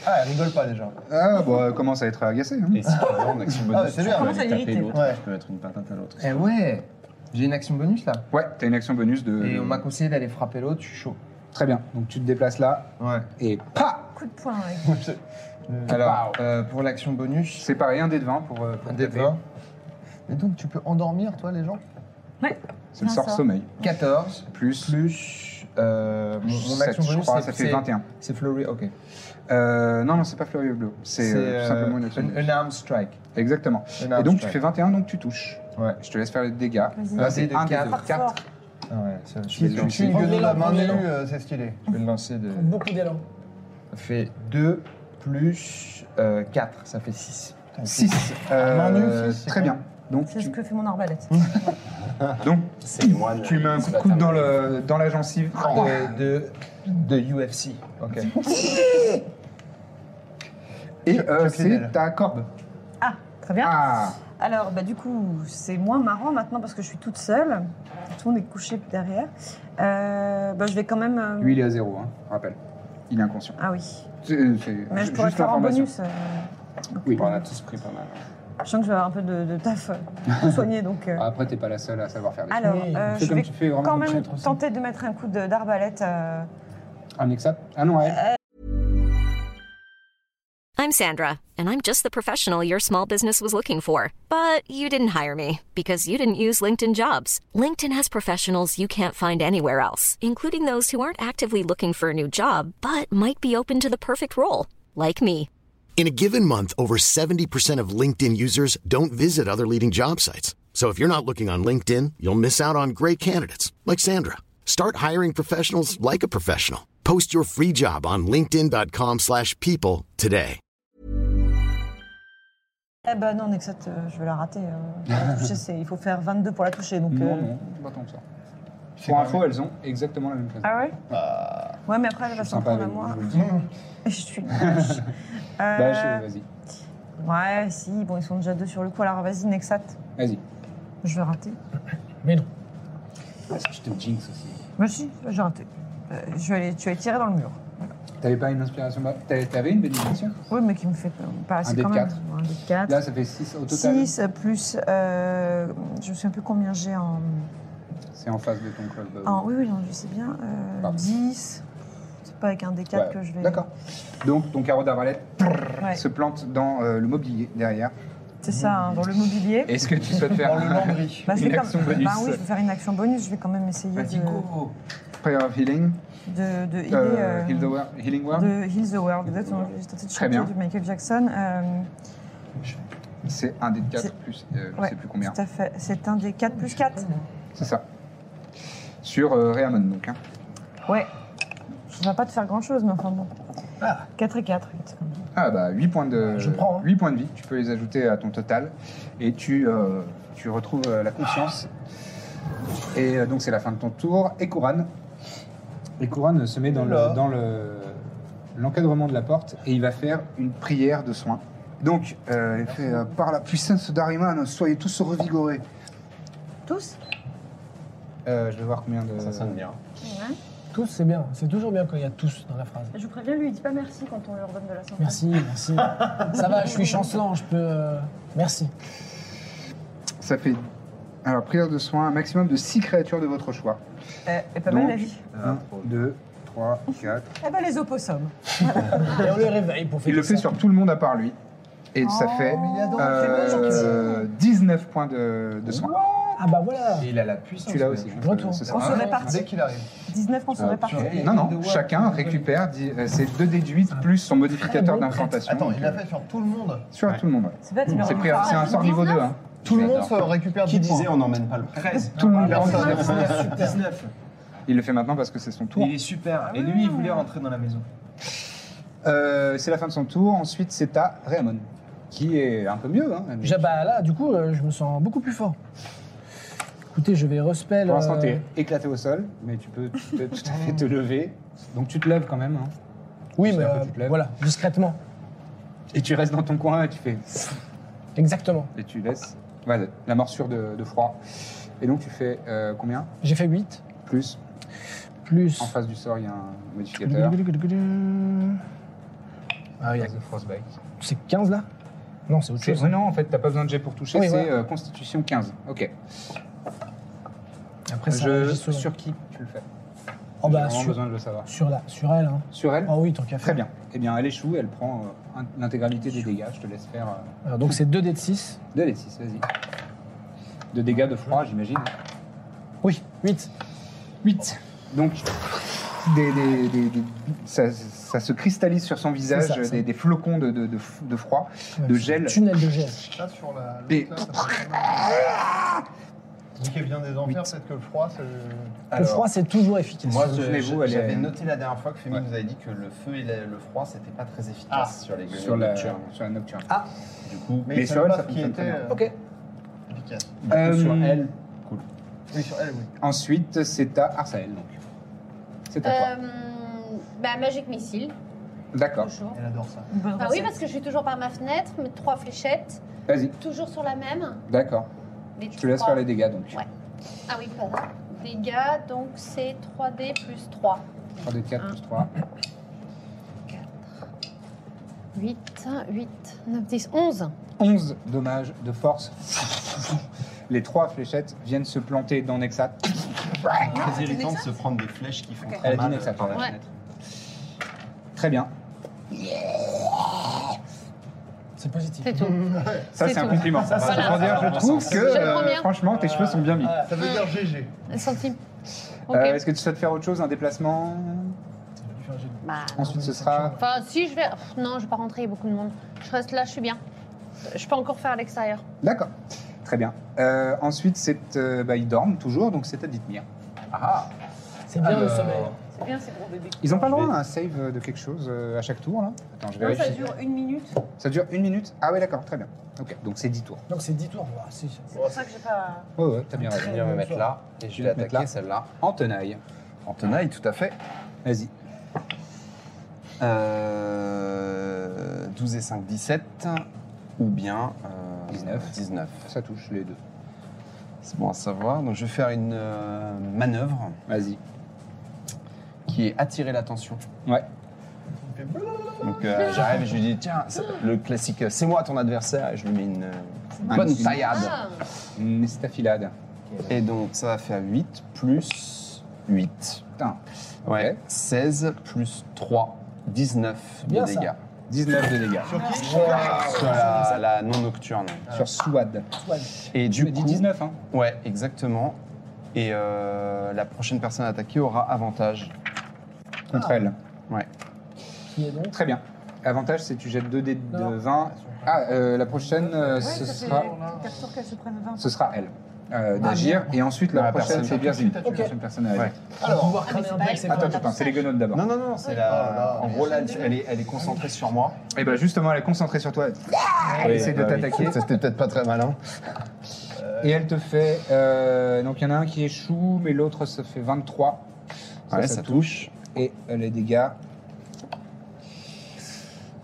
C: Ah, elle rigole pas déjà.
E: Ah, bah, elle commence à être agacée. hein.
D: Et si par exemple, en action bonus,
C: Ah, c'est
D: tu
C: bien.
D: peux
G: Commence à
D: aller taper
G: l'irriter.
D: l'autre,
C: Ouais.
D: tu peux mettre une patate à l'autre.
F: Eh ouais J'ai une action bonus là.
E: Ouais, t'as une action bonus de.
F: Et on m'a conseillé d'aller frapper l'autre, je suis chaud.
E: Très bien. Donc tu te déplaces là
F: Ouais.
E: et pa
G: Coup de poing, ouais.
F: Alors, euh, pour l'action bonus,
E: C'est pareil, un dé de 20 pour, euh, pour
F: un dé de
E: taper.
F: 20.
C: Mais donc, tu peux endormir, toi, les gens
E: C'est le
G: Un
E: sort
G: sort.
E: sommeil.
F: 14
E: Plus,
F: plus euh, mon, mon
E: sept,
F: action
E: je
F: bonus,
E: crois,
F: c'est-
E: ça
F: c'est-
E: fait 21.
F: C'est flurry, ok.
E: Euh, non, non, c'est pas Fleury Bleu. C'est euh, tout
F: euh,
E: simplement une action.
F: un, un arm strike.
E: Exactement.
D: Ah,
F: Un
E: Et
F: arm
E: donc tu
F: strike.
E: fais 21, donc tu touches.
F: Ouais.
E: Je te laisse faire les dégâts.
G: Vas-y.
E: Là,
F: Un
E: c'est
F: dé de
E: un dé
F: quatre.
E: de
G: Par
E: 4.
G: fort.
F: Ah ouais, ça, je,
C: Si
F: vais
C: tu
E: tu
F: le
E: touches
C: tues
F: lancer,
C: une
B: prends
C: gueule de la
B: l'élan,
C: main
B: prends l'élan.
C: nue, euh, c'est stylé.
F: je vais le lancer de.
B: Beaucoup d'élan.
F: Ça fait 2 plus 4, ça fait 6.
E: 6.
C: Main nue, six, c'est
E: Euh, très
C: bon.
E: bien. Donc
G: C'est ce
E: tu,
G: que fait mon arbalète.
E: donc,
D: C'est les moines.
E: tu mets un coup de coude dans, le, dans la gencive.
D: Ah.
F: De, de, de UFC. Ok.
E: Et euh,
C: je clé
E: c'est
C: d'elle.
E: ta corbe.
G: Ah, très bien.
E: Ah
G: Alors, bah, du coup, c'est moins marrant maintenant parce que je suis toute seule. Tout le monde est couché derrière. Euh, bah, je vais quand même. euh,
E: Lui, il est à 0, hein, rappelle. Il est inconscient.
G: Ah oui.
E: C'est- c'est
G: Mais je
E: ju-
G: pourrais
E: juste
G: faire en
E: l'information.
G: bonus. euh,
E: Oui.
D: On a tous pris pas mal.
G: Je sens que je vais avoir un peu de, de taf euh, pour soigner. Donc, euh.
E: Après, t'es pas la seule à savoir faire des
G: Alors,
B: Oui,
G: euh,
E: choses. Fais
G: je
E: comme
G: vais
E: tu fais vraiment
G: quand
E: comme
G: même
E: tu fais.
G: tenter de mettre un coup de- d'arbalète. euh,
E: Un hexap Ah non, ouais.
J: I'm Sandra, and I'm just the professional your small business was looking for. But you didn't hire me because you didn't use LinkedIn jobs. LinkedIn has professionals you can't find anywhere else, including those who aren't actively looking for a new job but might be open to the perfect role, like me.
K: In a given month, over 70% of LinkedIn users don't visit other leading job sites. So if you're not looking on LinkedIn, you'll miss out on great candidates like Sandra. Start hiring professionals like a professional. Post your free job on linkedin.com/people slash people today.
G: Eh ben non, Nexat, euh, je vais la rater. euh, pour la toucher, c'est- il faut faire 22 pour la toucher. Donc, euh,
E: Non, non, pas tant que ça. Pour info, elles ont exactement la même chose.
G: Ah ouais Ouais, mais après, elle va s'en prendre à
E: avec vous,
G: moi.
E: Bah, je vous le dis.
G: Je suis une lâche. Euh,
E: Bah, je- vas-y.
G: Ouais, si, bon, ils sont déjà deux sur le coup, alors vas-y, Nexat,
E: Vas-y.
G: je vais rater.
B: Mais non.
E: Ah,
D: Est-ce que je te jinx aussi
G: Bah si, j'ai raté. Euh, je vais aller, tu vas aller tirer dans le mur.
E: T'avais pas une inspiration ba- T'avais t'avais une bénédiction
G: Oui, mais qui me fait peur. pas assez
E: dé de
G: quand même.
E: quatre.
G: Ouais, Un dé de 4.
E: Là, ça fait 6 au total.
G: 6 plus. euh, je ne sais plus combien j'ai en,
E: C'est en face de ton club.
G: en- Oui, oui, non, je sais bien. euh,
E: Pardon.
G: 10. C'est pas avec un D4
E: Ouais,
G: que je vais.
E: D'accord. Donc, ton carreau d'arbalète
G: Ouais,
E: se plante dans euh, le mobilier derrière.
G: c'est ça, hein, dans le mobilier.
E: Est-ce que tu souhaites faire
C: Dans le lambris.
G: Bah, je vais
E: une
G: comme-
E: action bonus
G: Bah oui, je vais faire une action bonus. Je vais quand même essayer de,
D: Oh.
E: Prayer of Healing
G: de, de healer,
E: euh,
G: euh,
E: heal the wor- Healing Word
G: de Heal the World. Exactement. J'ai tenté de
E: Très bien.
G: chanter du Michael Jackson. euh,
E: C'est un des 4
G: C'est-
E: plus. euh, je
G: ouais,
E: sais plus combien.
G: Tout à fait. C'est un des 4 plus 4.
E: C'est ça. Sur euh, Reamon, donc. hein.
G: Ouais. Ça va pas te faire grand chose, mais enfin bon. 4 et 4, 8.
E: Ah bah 8 points de
C: Je prends, hein.
E: 8 points de vie, tu peux les ajouter à ton total et tu euh, tu retrouves euh, la conscience. Et euh, donc c'est la fin de ton tour. Et Kouran. Et Kouran se met dans le- dans le- l'encadrement de la porte et il va faire une prière de soin. Donc, euh, il fait, euh, par la puissance d'Ariman, soyez tous revigorés.
L: Tous
E: Euh, je vais voir combien de. Ça sonne bien.
L: Ouais.
B: Tous, c'est bien. C'est toujours bien quand il y a tous dans la phrase.
L: Je vous préviens, lui, il dit pas merci quand on lui redonne de la santé.
B: Merci, merci. Ça va, je suis chancelant, je peux. euh, Merci.
E: Ça fait. Alors, prière de soin, un maximum de 6 créatures de votre choix.
G: Eh, eh, pas mal la vie.
E: 1, 2, 3, 4.
G: Eh ben les opossums.
B: Et on les réveille pour
E: Il le fait sur tout le monde à part lui. Et ça fait euh, 19 points de, de soin.
B: Ah bah voilà.
F: Et il a la puissance.
E: Tu l'as aussi.
F: Je retourne.
E: Ce
G: On
E: sera-
G: se répartit.
E: Ah Dès qu'il arrive.
G: 19 on se
E: Euh,
G: répartit.
E: tu- Non, non, chacun récupère dix- euh, ses deux déduites plus son modificateur d'incantation.
C: Attends, il l'a
E: Ah, donc,
C: fait sur tout le monde.
E: euh, Sur tout le monde. ouais.
G: C'est bête, il
E: C'est
M: Ah,
G: aurait
E: pré-
G: pas- Ah,
E: c'est un sort niveau 2. hein.
C: Tout le monde
E: J'adore.
C: se récupère
F: Qui
C: dix
F: disait
C: points.
F: on n'emmène pas le 13
E: Tout le monde l'a
C: Personne.
E: fait.
C: Super.
E: Il le fait maintenant parce que c'est son tour.
M: Il est super. Et lui, il voulait rentrer dans la maison.
E: Euh, c'est la fin de son tour. Ensuite, c'est à Raymond, qui est un peu mieux. hein, mais-
B: Ja- bah là, du coup, euh, je me sens beaucoup plus fort. Écoutez, je vais respell.
E: Pour l'instant,
B: euh,
E: t'es éclaté au sol, mais tu peux, tu peux tout à fait te lever. Donc tu te lèves quand même. hein.
B: Oui, mais
E: J'espère
B: euh,
E: que tu te lèves.
B: voilà, discrètement.
E: Et tu restes dans ton coin et tu fais.
B: Exactement.
E: Et tu laisses ouais, la morsure de, de froid. Et donc tu fais euh, combien
B: J'ai fait 8.
E: Plus.
B: Plus.
E: En face du sort, il y a un modificateur.
B: Ah, il y a-
E: Phase de frostbite.
B: Ah, C'est 15 là Non, c'est autre
E: C'est-
B: chose.
E: ouais, non, en fait, t'as pas besoin de jet pour toucher,
B: Oui,
E: c'est
B: voilà.
E: euh, Constitution 15. Ok.
B: Après, ça
E: je...
B: réagit souvent.
E: Sur qui tu le fais
B: Oh, bah,
E: J'ai vraiment
B: sur-
E: besoin de le savoir.
B: Sur, la, sur elle. Hein.
E: Sur elle
B: Oh oui, tant qu'à faire.
E: Très bien. Eh bien, elle échoue, elle prend euh, un- l'intégralité des dégâts. Je te laisse faire euh,
B: Alors, donc c'est 2 d de 6.
E: 2 des 6, vas-y. De dégâts de froid, j'imagine.
B: Oui, 8.
E: 8. Donc, des- des- des- des- ça, ça se cristallise sur son visage,
B: ça, ça.
E: Des, des flocons de, de- de f- de froid, de gel.
B: Tunnel de gel.
C: Là, sur la.
E: Et-
C: l'autre, là, ça fait mal. Lui qui vient des enfers, peut-être que le froid, c'est.
B: Le
F: Alors,
B: froid, c'est toujours efficace.
F: Moi, je-
E: Souvenez-vous,
F: je-
E: elle est-
F: j'avais noté la dernière fois que Femi nous avait dit que le feu et le, le froid, c'était pas très efficace sur les gueules
E: Ah, sur la,
F: nocturnes.
E: sur la nocturne.
B: Ah,
F: Du coup,
C: Mais,
E: Mais
C: il
E: sur
C: savait
E: elle,
C: pas
E: ça
C: qui
E: fonctionne très
C: était.
E: bien.
C: euh,
B: ok.
C: efficace.
E: Du coup, sur Euh, elle.
C: Oui, sur elle, oui.
E: Ensuite, c'est à Arsael, donc. C'est à toi.
H: Euh, bah, Magic Missile,
E: D'accord.
H: toujours.
C: Elle adore ça.
G: Une bonne
H: Bah oui,
G: recette.
H: parce que je suis toujours par ma fenêtre, mes trois fléchettes,
E: Vas-y.
H: toujours sur la même.
E: D'accord.
H: Les
E: Je te laisse
H: trois.
E: faire les dégâts, donc.
H: Ouais. Ah oui, pardon. Dégâts, donc c'est 3D plus 3.
E: 3 de 4 plus 3.
H: 8, 8, 9, 10, 11.
E: 11 dommages de force. Les trois fléchettes viennent se planter dans Nexa.
F: très irritant de se prendre des flèches qui font
E: Elle a dit
F: très mal
E: Nexa par la
H: Ouais.
E: fenêtre. Très bien.
B: C'est positif.
H: C'est tout.
E: Ça,
H: C'est
E: c'est un
H: tout.
E: compliment.
H: Ça, ça,
E: Je
H: ça,
E: dois dire,
H: ça,
E: je
H: ça,
E: trouve
H: ça,
E: que,
H: ça, ça.
E: euh,
H: Je reviens.
E: franchement, tes cheveux sont bien mis.
C: Ça veut dire GG.
H: Un centime. Ok.
E: Euh, Est-ce que tu souhaites faire autre chose, un déplacement
H: Bah, non.
E: Ensuite, ce sera.
H: Enfin, si je vais. Pff, Non, je vais pas rentrer, il y a beaucoup de monde. Je reste là, je suis bien. Je peux encore faire à l'extérieur.
E: D'accord. Très bien. Euh, ensuite, c'est. euh, bah, ils dorment toujours, donc c'est à Dithmir. Ah
B: C'est bien le sommeil.
G: C'est bien ces gros bébés.
E: Ils ont pas le droit à un save de quelque chose euh, à chaque tour, là Attends, je
G: Non,
E: vérifie.
G: ça dure une minute.
E: Ça dure une minute Ah, oui, d'accord, très bien. Ok, donc c'est 10 tours.
B: Donc c'est 10 tours. Ouah, c'est-
G: C'est pour ça que j'ai pas.
E: Ouais, ouais, t'as bien
F: Je vais
E: raison.
F: venir me mettre là et je vais
E: vais te mettre
F: attaquer
E: là.
F: celle-là.
E: En tenaille.
F: En tenaille, tout à fait.
E: Vas-y.
F: Euh, 12 et 5, 17. Ou bien euh,
E: 19.
F: 19.
E: Ça touche les deux.
F: C'est bon à savoir. Donc je vais faire une euh, manœuvre
E: Vas-y.
F: qui est attirer l'attention.
E: Ouais.
F: Donc euh, j'arrive et je lui dis tiens, c'est- le classique euh, c'est moi ton adversaire et je lui mets une, euh,
E: Un
F: bonne
E: petit-
F: taillade.
H: Ah,
E: Une estafilade.
F: Et donc ça va faire 8 plus 8.
E: Putain.
F: Ouais. 16 plus 3, 19
B: Bien
F: de
B: ça.
F: dégâts. Ah,
E: 19 de dégâts.
F: Sur la, la non nocturne.
E: Ah. Sur Swad.
F: Et
E: Tu
F: du
E: me dis
F: coup,
E: 19, hein
F: Ouais, exactement. Et euh, la prochaine personne attaquée aura avantage.
E: Contre elle.
B: Qui est donc
E: Très bien. Avantage, c'est que tu jettes 2 dés de
B: Non.
E: 20. Ah, euh, la prochaine, euh,
G: Ouais,
E: ce,
G: ça fait
E: sera,
G: 4 tours qu'elles se prennent 20.
E: ce sera elle. euh, d'agir. Et ensuite, la,
F: Non, la
E: prochaine,
F: personne-
E: c'est Birzim. La
B: Ok.
E: prochaine personne à elle.
F: Ouais.
B: Alors, pouvoir cramer
H: mais
B: un peu,
H: c'est pas-
B: c'est
E: Attends,
B: pas.
E: attends, attends, c'est les guenotes d'abord.
F: Non, non, non, c'est
C: Oh là
F: la.
C: là.
F: En gros, là, elle est, elle est concentrée sur moi.
E: Et
C: Ah,
E: bien justement, elle est concentrée sur toi. Elle essaie de t'attaquer.
F: C'était peut-être pas très malin.
E: Et elle te fait. euh, donc il y en a un qui échoue, mais l'autre ça fait 23.
D: Ouais, ça
E: touche. Et euh, les dégâts.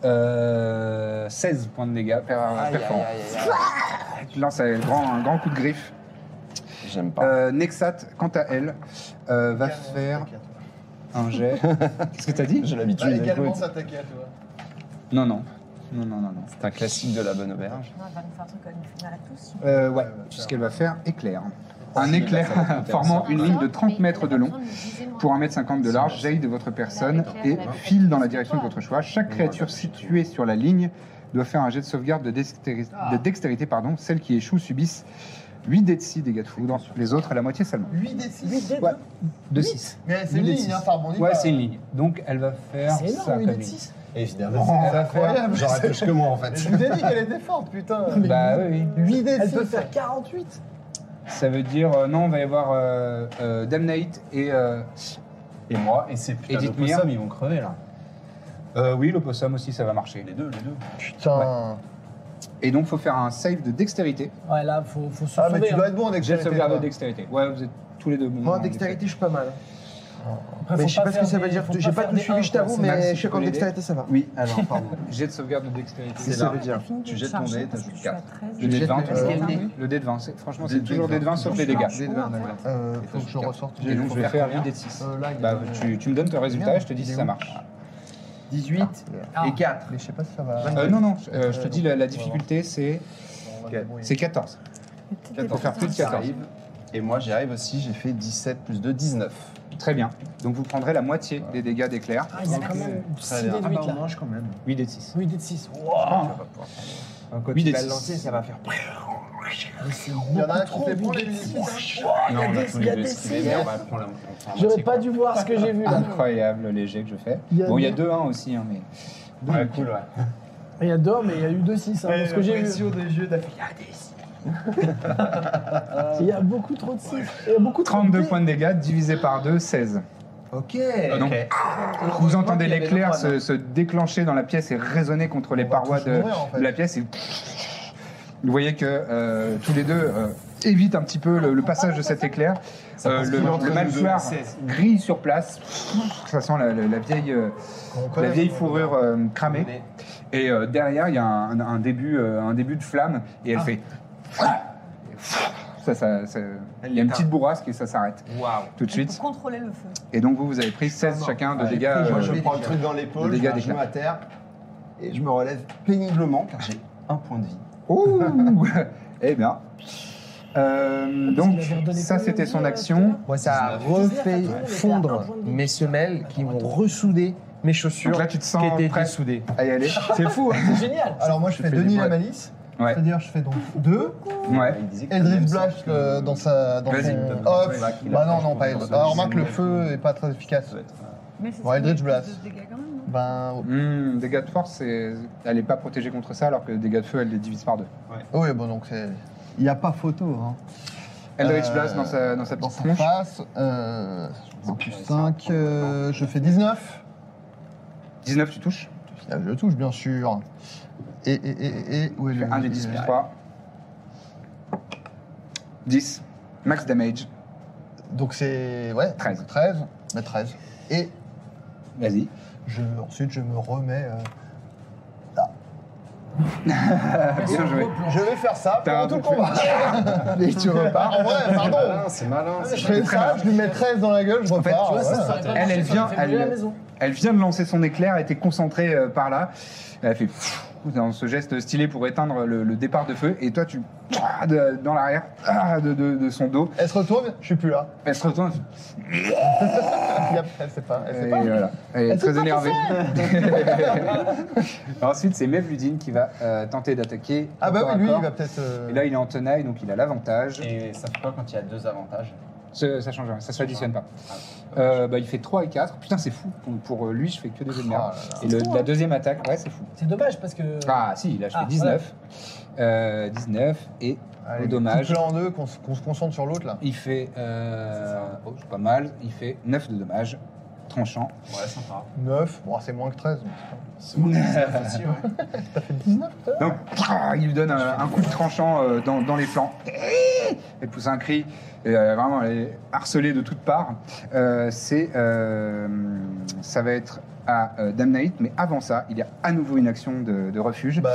E: Euh, 16 points de dégâts per
D: Aïe,
E: perforant.
D: aïe, aïe, aïe,
E: Tu lances un grand, un grand coup de griffe.
D: J'aime pas.
E: Euh, Nexat, quant à elle, euh, va faire un jet. Qu'est-ce que t'as dit J'ai
C: Bah, également s'attaquer à toi.
E: Non, non. Non, non, non, non.
D: C'est un classique de la bonne auberge.
N: Non, elle va nous faire un truc elle nous fait mal à tous.
E: Euh, ouais, puisqu'elle va faire éclair. hein. Un
D: c'est bien, ça va
E: éclair
D: être
E: formant
D: intéressant.
E: une ligne de 30 mètres de long pour 1m50 de large jaillit de votre personne et file dans la direction de votre choix. Chaque créature située sur la ligne doit faire un jet de sauvegarde de dextéri- de dextérité. Pardon. Celles qui échouent subissent 8 dés de 6 dégâts de foudre, les autres la moitié seulement.
C: 8 des 6.
E: Ouais, de 6.
C: Mais c'est une ligne, hein, ça rebondit
E: Ouais,
C: pas.
E: c'est une ligne. Donc elle va faire
C: C'est énorme,
E: ça
C: huit
E: comme
C: dés de
E: ligne.
C: six.
E: Oh,
C: Évidemment,
E: elle va faire-
C: J'aurais plus que
D: moi en
C: Je vous ai dit qu'elle était forte, putain.
E: Bah oui.
C: 8 des
B: Elle
C: 6.
B: peut faire
C: 48.
E: Ça veut dire, euh, non, on va y avoir euh, euh, Damnate et. euh,
D: Et moi, et ces putains
E: Edith
D: d'opossums,
E: Mir.
D: ils vont crever là.
E: Euh, oui, l'opossum aussi, ça va marcher. Les
D: deux, les deux.
C: Putain.
E: Et donc, faut faire un save de dextérité.
B: Ouais, là, faut, faut se
C: Ah, mais
B: sauver,
C: tu
B: hein.
C: dois être bon en
E: J'ai
C: dextérité.
E: sauvegarde de
C: toi.
E: dextérité. Ouais, vous êtes tous les deux
C: Oh,
E: bons.
F: Moi, en
E: en
F: dextérité, je suis pas mal.
B: Après,
F: mais
B: faut
F: je sais pas,
B: pas
F: ce que
B: faire
F: ça veut
B: des-
F: dire.
B: faut
F: J'ai
B: pas
F: pas
B: faire
F: tout
B: des
F: suivi, je
B: un, quoi.
F: t'avoue,
B: C'est
E: mal
F: mais
E: si
F: je
E: tu
F: sais qu'en
E: peux l'aider.
F: dextérité, ça va.
D: Oui, alors, pardon.
E: Jet de sauvegarde de dextérité.
F: C'est ça veut dire.
D: Tu jettes ton dé, t'ajoutes 4.
E: Le dé de 20,
G: Euh,
F: Parce qu'il y a le dé.
E: le dé de 20. c'est- Franchement,
D: Dé
E: c'est
D: de
E: toujours
D: 20.
E: dé de 20 sauf les dégâts.
F: Dé de 20, d'accord. Euh, Faut que je ressorte.
E: Et donc, je vais faire 8 dé de
C: Euh,
E: 6. Bah, tu, tu me donnes ton résultat et je te dis si ça marche.
F: 18 et 4. Mais je sais pas si ça va.
E: Euh, non, non, euh, je te dis la, la difficulté, c'est c'est 14. Pour faire plus de 14.
D: J'arrive. Et moi, j'y arrive aussi, j'ai fait 17 plus 2, 19.
E: Très bien. Donc, vous prendrez la moitié des dégâts d'éclair.
B: Ah, il y a quand même
D: Très
B: 6
D: bien.
B: dés de 8 là.
F: mange quand même.
E: 8 dé de 6.
B: 8 dés de 6.
E: Quand
F: 8
E: tu
F: des
E: vas
F: 6.
E: le lancer,
F: ça va faire.
C: Il y en a un qui
B: Trop
C: fait bon
B: huit
C: les
B: dés de six,
C: minutes.
B: hein.
E: Non,
B: Il y a
E: on a
B: des-
E: tous
B: il y
E: les
B: a
E: deux
B: des
E: esquivés,
B: six,
E: mais on
B: hein.
E: va prendre la moitié, on prend la
B: J'aurais
E: moitié,
B: pas
E: quoi.
B: dû voir ce que j'ai vu là.
E: Ah. Incroyable le jet que je fais.
B: Il y a
E: bon, il y a
B: deux-
E: 2-1 aussi, hein, mais. Ouais, cool, ouais.
B: Il y a 2 mais il y a eu 2 6 hein,
C: Ouais,
B: pour ce
C: la
B: que j'ai vu.
C: pression des jeux d'affaires. Il y a des six.
B: Il y a beaucoup trop de 6. Il y a beaucoup trop de
E: 32
B: dés.
E: points de dégâts divisé par 2, 16.
F: Ok.
E: Donc, vous entendez l'éclair se, se déclencher dans la pièce et résonner contre les parois de,
F: mourir, en fait.
E: de la pièce. Et vous voyez que euh, tous les deux euh, évitent un petit peu le, le passage de cet éclair. Euh,
F: passe
E: le
F: plus entre
E: le
F: nous
E: mâchoire
F: deux, c'est-
E: grille sur place. Ça sent la, la- la vieille, euh, la vieille fourrure euh, cramée. Et euh, derrière, il y a un, un début, euh, un début de flamme et elle fait. Ça, ça- ça- il y a une petite bourrasque et ça s'arrête
F: Waouh.
E: tout de suite.
N: Pour contrôler le feu.
E: Et donc vous, vous avez pris 16 chacun de
F: Ouais,
E: dégâts.
F: Moi,
E: euh,
F: je prends le truc dans
E: de
F: l'épaule, je
E: dégâts
F: me
E: d'éclat.
F: mets à terre et je me relève péniblement car j'ai un point de vie.
E: Ouh Eh bien. Euh, donc,
B: qu'il avait redonné
E: ça,
B: plein de
E: c'était
B: vie,
E: son
B: euh,
E: action.
F: Moi, ça a refait fondre mes semelles qui m'ont ressoudé mes chessures
E: Donc là, tu te sens
F: qui étaient
E: prêt.
F: dessoudées.
E: Allez, allez. C'est fou. hein.
B: C'est génial.
C: Alors moi je fais
F: fais
C: Denis
F: des
C: la
F: boîtes.
C: malice,
E: Ouais.
C: c'est-à-dire je fais donc 2,
E: Ouais.
C: Eldritch Blast euh, dans sa... Dans
E: Vas-y,
C: son...
E: donne-moi
C: Oh,
E: ça, il a- il a
C: bah
E: fait,
C: non,
E: je
C: non,
E: pense,
C: pas
E: dans
C: Eldritch.
E: sa
C: Alors remarque le
E: deuxième
C: feu est pas très efficace.
N: Mais c'est
C: Bon,
N: ce
C: Eldritch
N: qui
C: Blast.
N: fait plus de dégâts quand même, non
C: Ben... oh.
E: Hmm, dégâts de force, c'est- elle n'est pas protégée contre ça, alors que dégâts de feu, elle les divise par deux.
C: Oui, oh, bon donc c'est... Il n'y a pas photo, hein.
E: Eldritch
C: Euh,
E: Blast dans sa, dans sa
C: Dans
E: petite
C: sa
E: tronche.
C: face, euh, en plus 5, je fais 19.
E: 19, tu touches.
C: Ah, Je touche bien sûr. Et, et, et, et où est
E: Tu
C: le... Euh,
E: fais 1 des 10 plus 3. 10. Max damage.
C: Donc c'est... Ouais,
E: 13.
C: 13. Bah 13. Et
E: Vas-y.
C: je, ensuite je me remets... euh,
E: Bien joué.
C: Je vais faire ça
E: T'as
C: pendant tout le combat.
E: Et tu repars.
C: En vrai, pardon.
D: C'est malin.
C: Je fais ça, je lui mets 13 dans la gueule, je
E: fait,
C: repars.
E: tu vois,
C: voilà.
E: c'est ça.
B: Ça aurait pas
E: Elle, elle
B: marché, ça
E: vient,
B: aurait fait brûler la
E: elle,
B: maison.
E: elle vient de lancer son éclair, elle était concentrée euh, par là. Elle fait pfff dans ce geste stylé pour éteindre le, le départ de feu. Et toi, tu ah, de- dans l'arrière ah, de, de- de son dos.
C: Elle se retourne, je suis plus là.
E: Elle se retourne.
C: Il y a- Elle sait pas, elle
E: Et
C: sait pas.
E: voilà. Elle est
C: Elle
E: très
C: sait pas
E: énervée. Ensuite, c'est Mevludin qui va euh, tenter d'attaquer.
C: Ah bah
E: au corps
C: oui, lui,
E: à corps.
C: il va peut-être. euh,
E: Et là, il est en tenaille, donc il a l'avantage.
D: Et ça fait quoi quand il y a deux avantages
E: Ça, ça change rien, ça s'additionne pas. Euh, bah, il fait 3 et 4. Putain, c'est fou. Pour, pour euh, lui, je fais que des
C: oh
E: jeux de merde.
C: Ah,
E: Et le- la deuxième attaque, ouais, c'est fou.
B: C'est dommage parce que.
E: Ah si, là je fais
B: Ah,
E: 19. Euh, 19 et
C: allez,
E: au dommage.
C: coupe-le en deux, qu'on se qu'on se concentre sur l'autre là.
E: Il fait euh, oh, c'est pas mal, il fait 9 de dommage.
I: tranchant.
C: Ouais, sympa. 9, bon, ah, c'est moins que 13. mais c'est pas
I: Ouais.
C: grave. T'as fait 19 tout à l'heure
I: Donc, pah, il lui donne un, un coup de tranchant euh, dans, dans les flancs. Elle pousse un cri, et, euh, vraiment, elle est harcelée de toutes parts. Euh, c'est, euh, ça va être à euh, Damnaït, mais avant ça, il y a à nouveau une action de, de refuge.
C: Bah,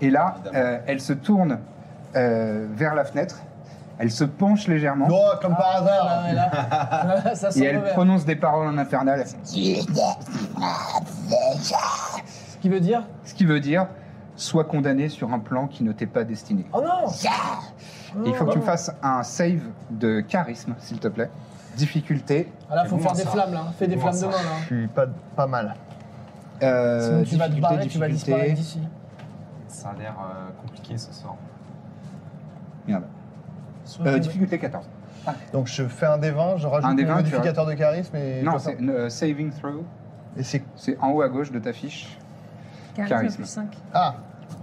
I: et là, euh, elle se tourne euh, vers la fenêtre, elle se penche légèrement.
C: comme par hasard.
B: ça
I: et
B: sent
I: elle
B: mauvais.
I: prononce des paroles en infernal. Elle fait-
B: Ce qui veut dire
I: Ce qui veut dire, sois condamné sur un plan qui ne t'est pas destiné.
B: Oh non
I: Et il faut
E: Oh.
I: que tu me fasses un save de charisme, s'il te plaît. Difficulté.
B: Ah là, faut faire des flammes, là. Fais des flammes de main, là.
I: Je suis pas, pas mal. Euh,
B: Oh, Sinon, tu vas te
I: difficulté,
B: barrer, tu vas
I: difficulté.
B: disparaître d'ici.
E: Ça a l'air euh, compliqué ce soir.
I: Merde.
E: Euh,
I: difficulté 14.
C: Donc je fais un des 20, je rajoute
I: Un des
C: mon
I: 20, tu
C: modificateur de charisme et.
I: Non,
C: quoi ça
I: c'est euh, saving throw. Et c'est en haut à gauche de ta fiche.
C: Charisme plus
O: cinq.
C: Ah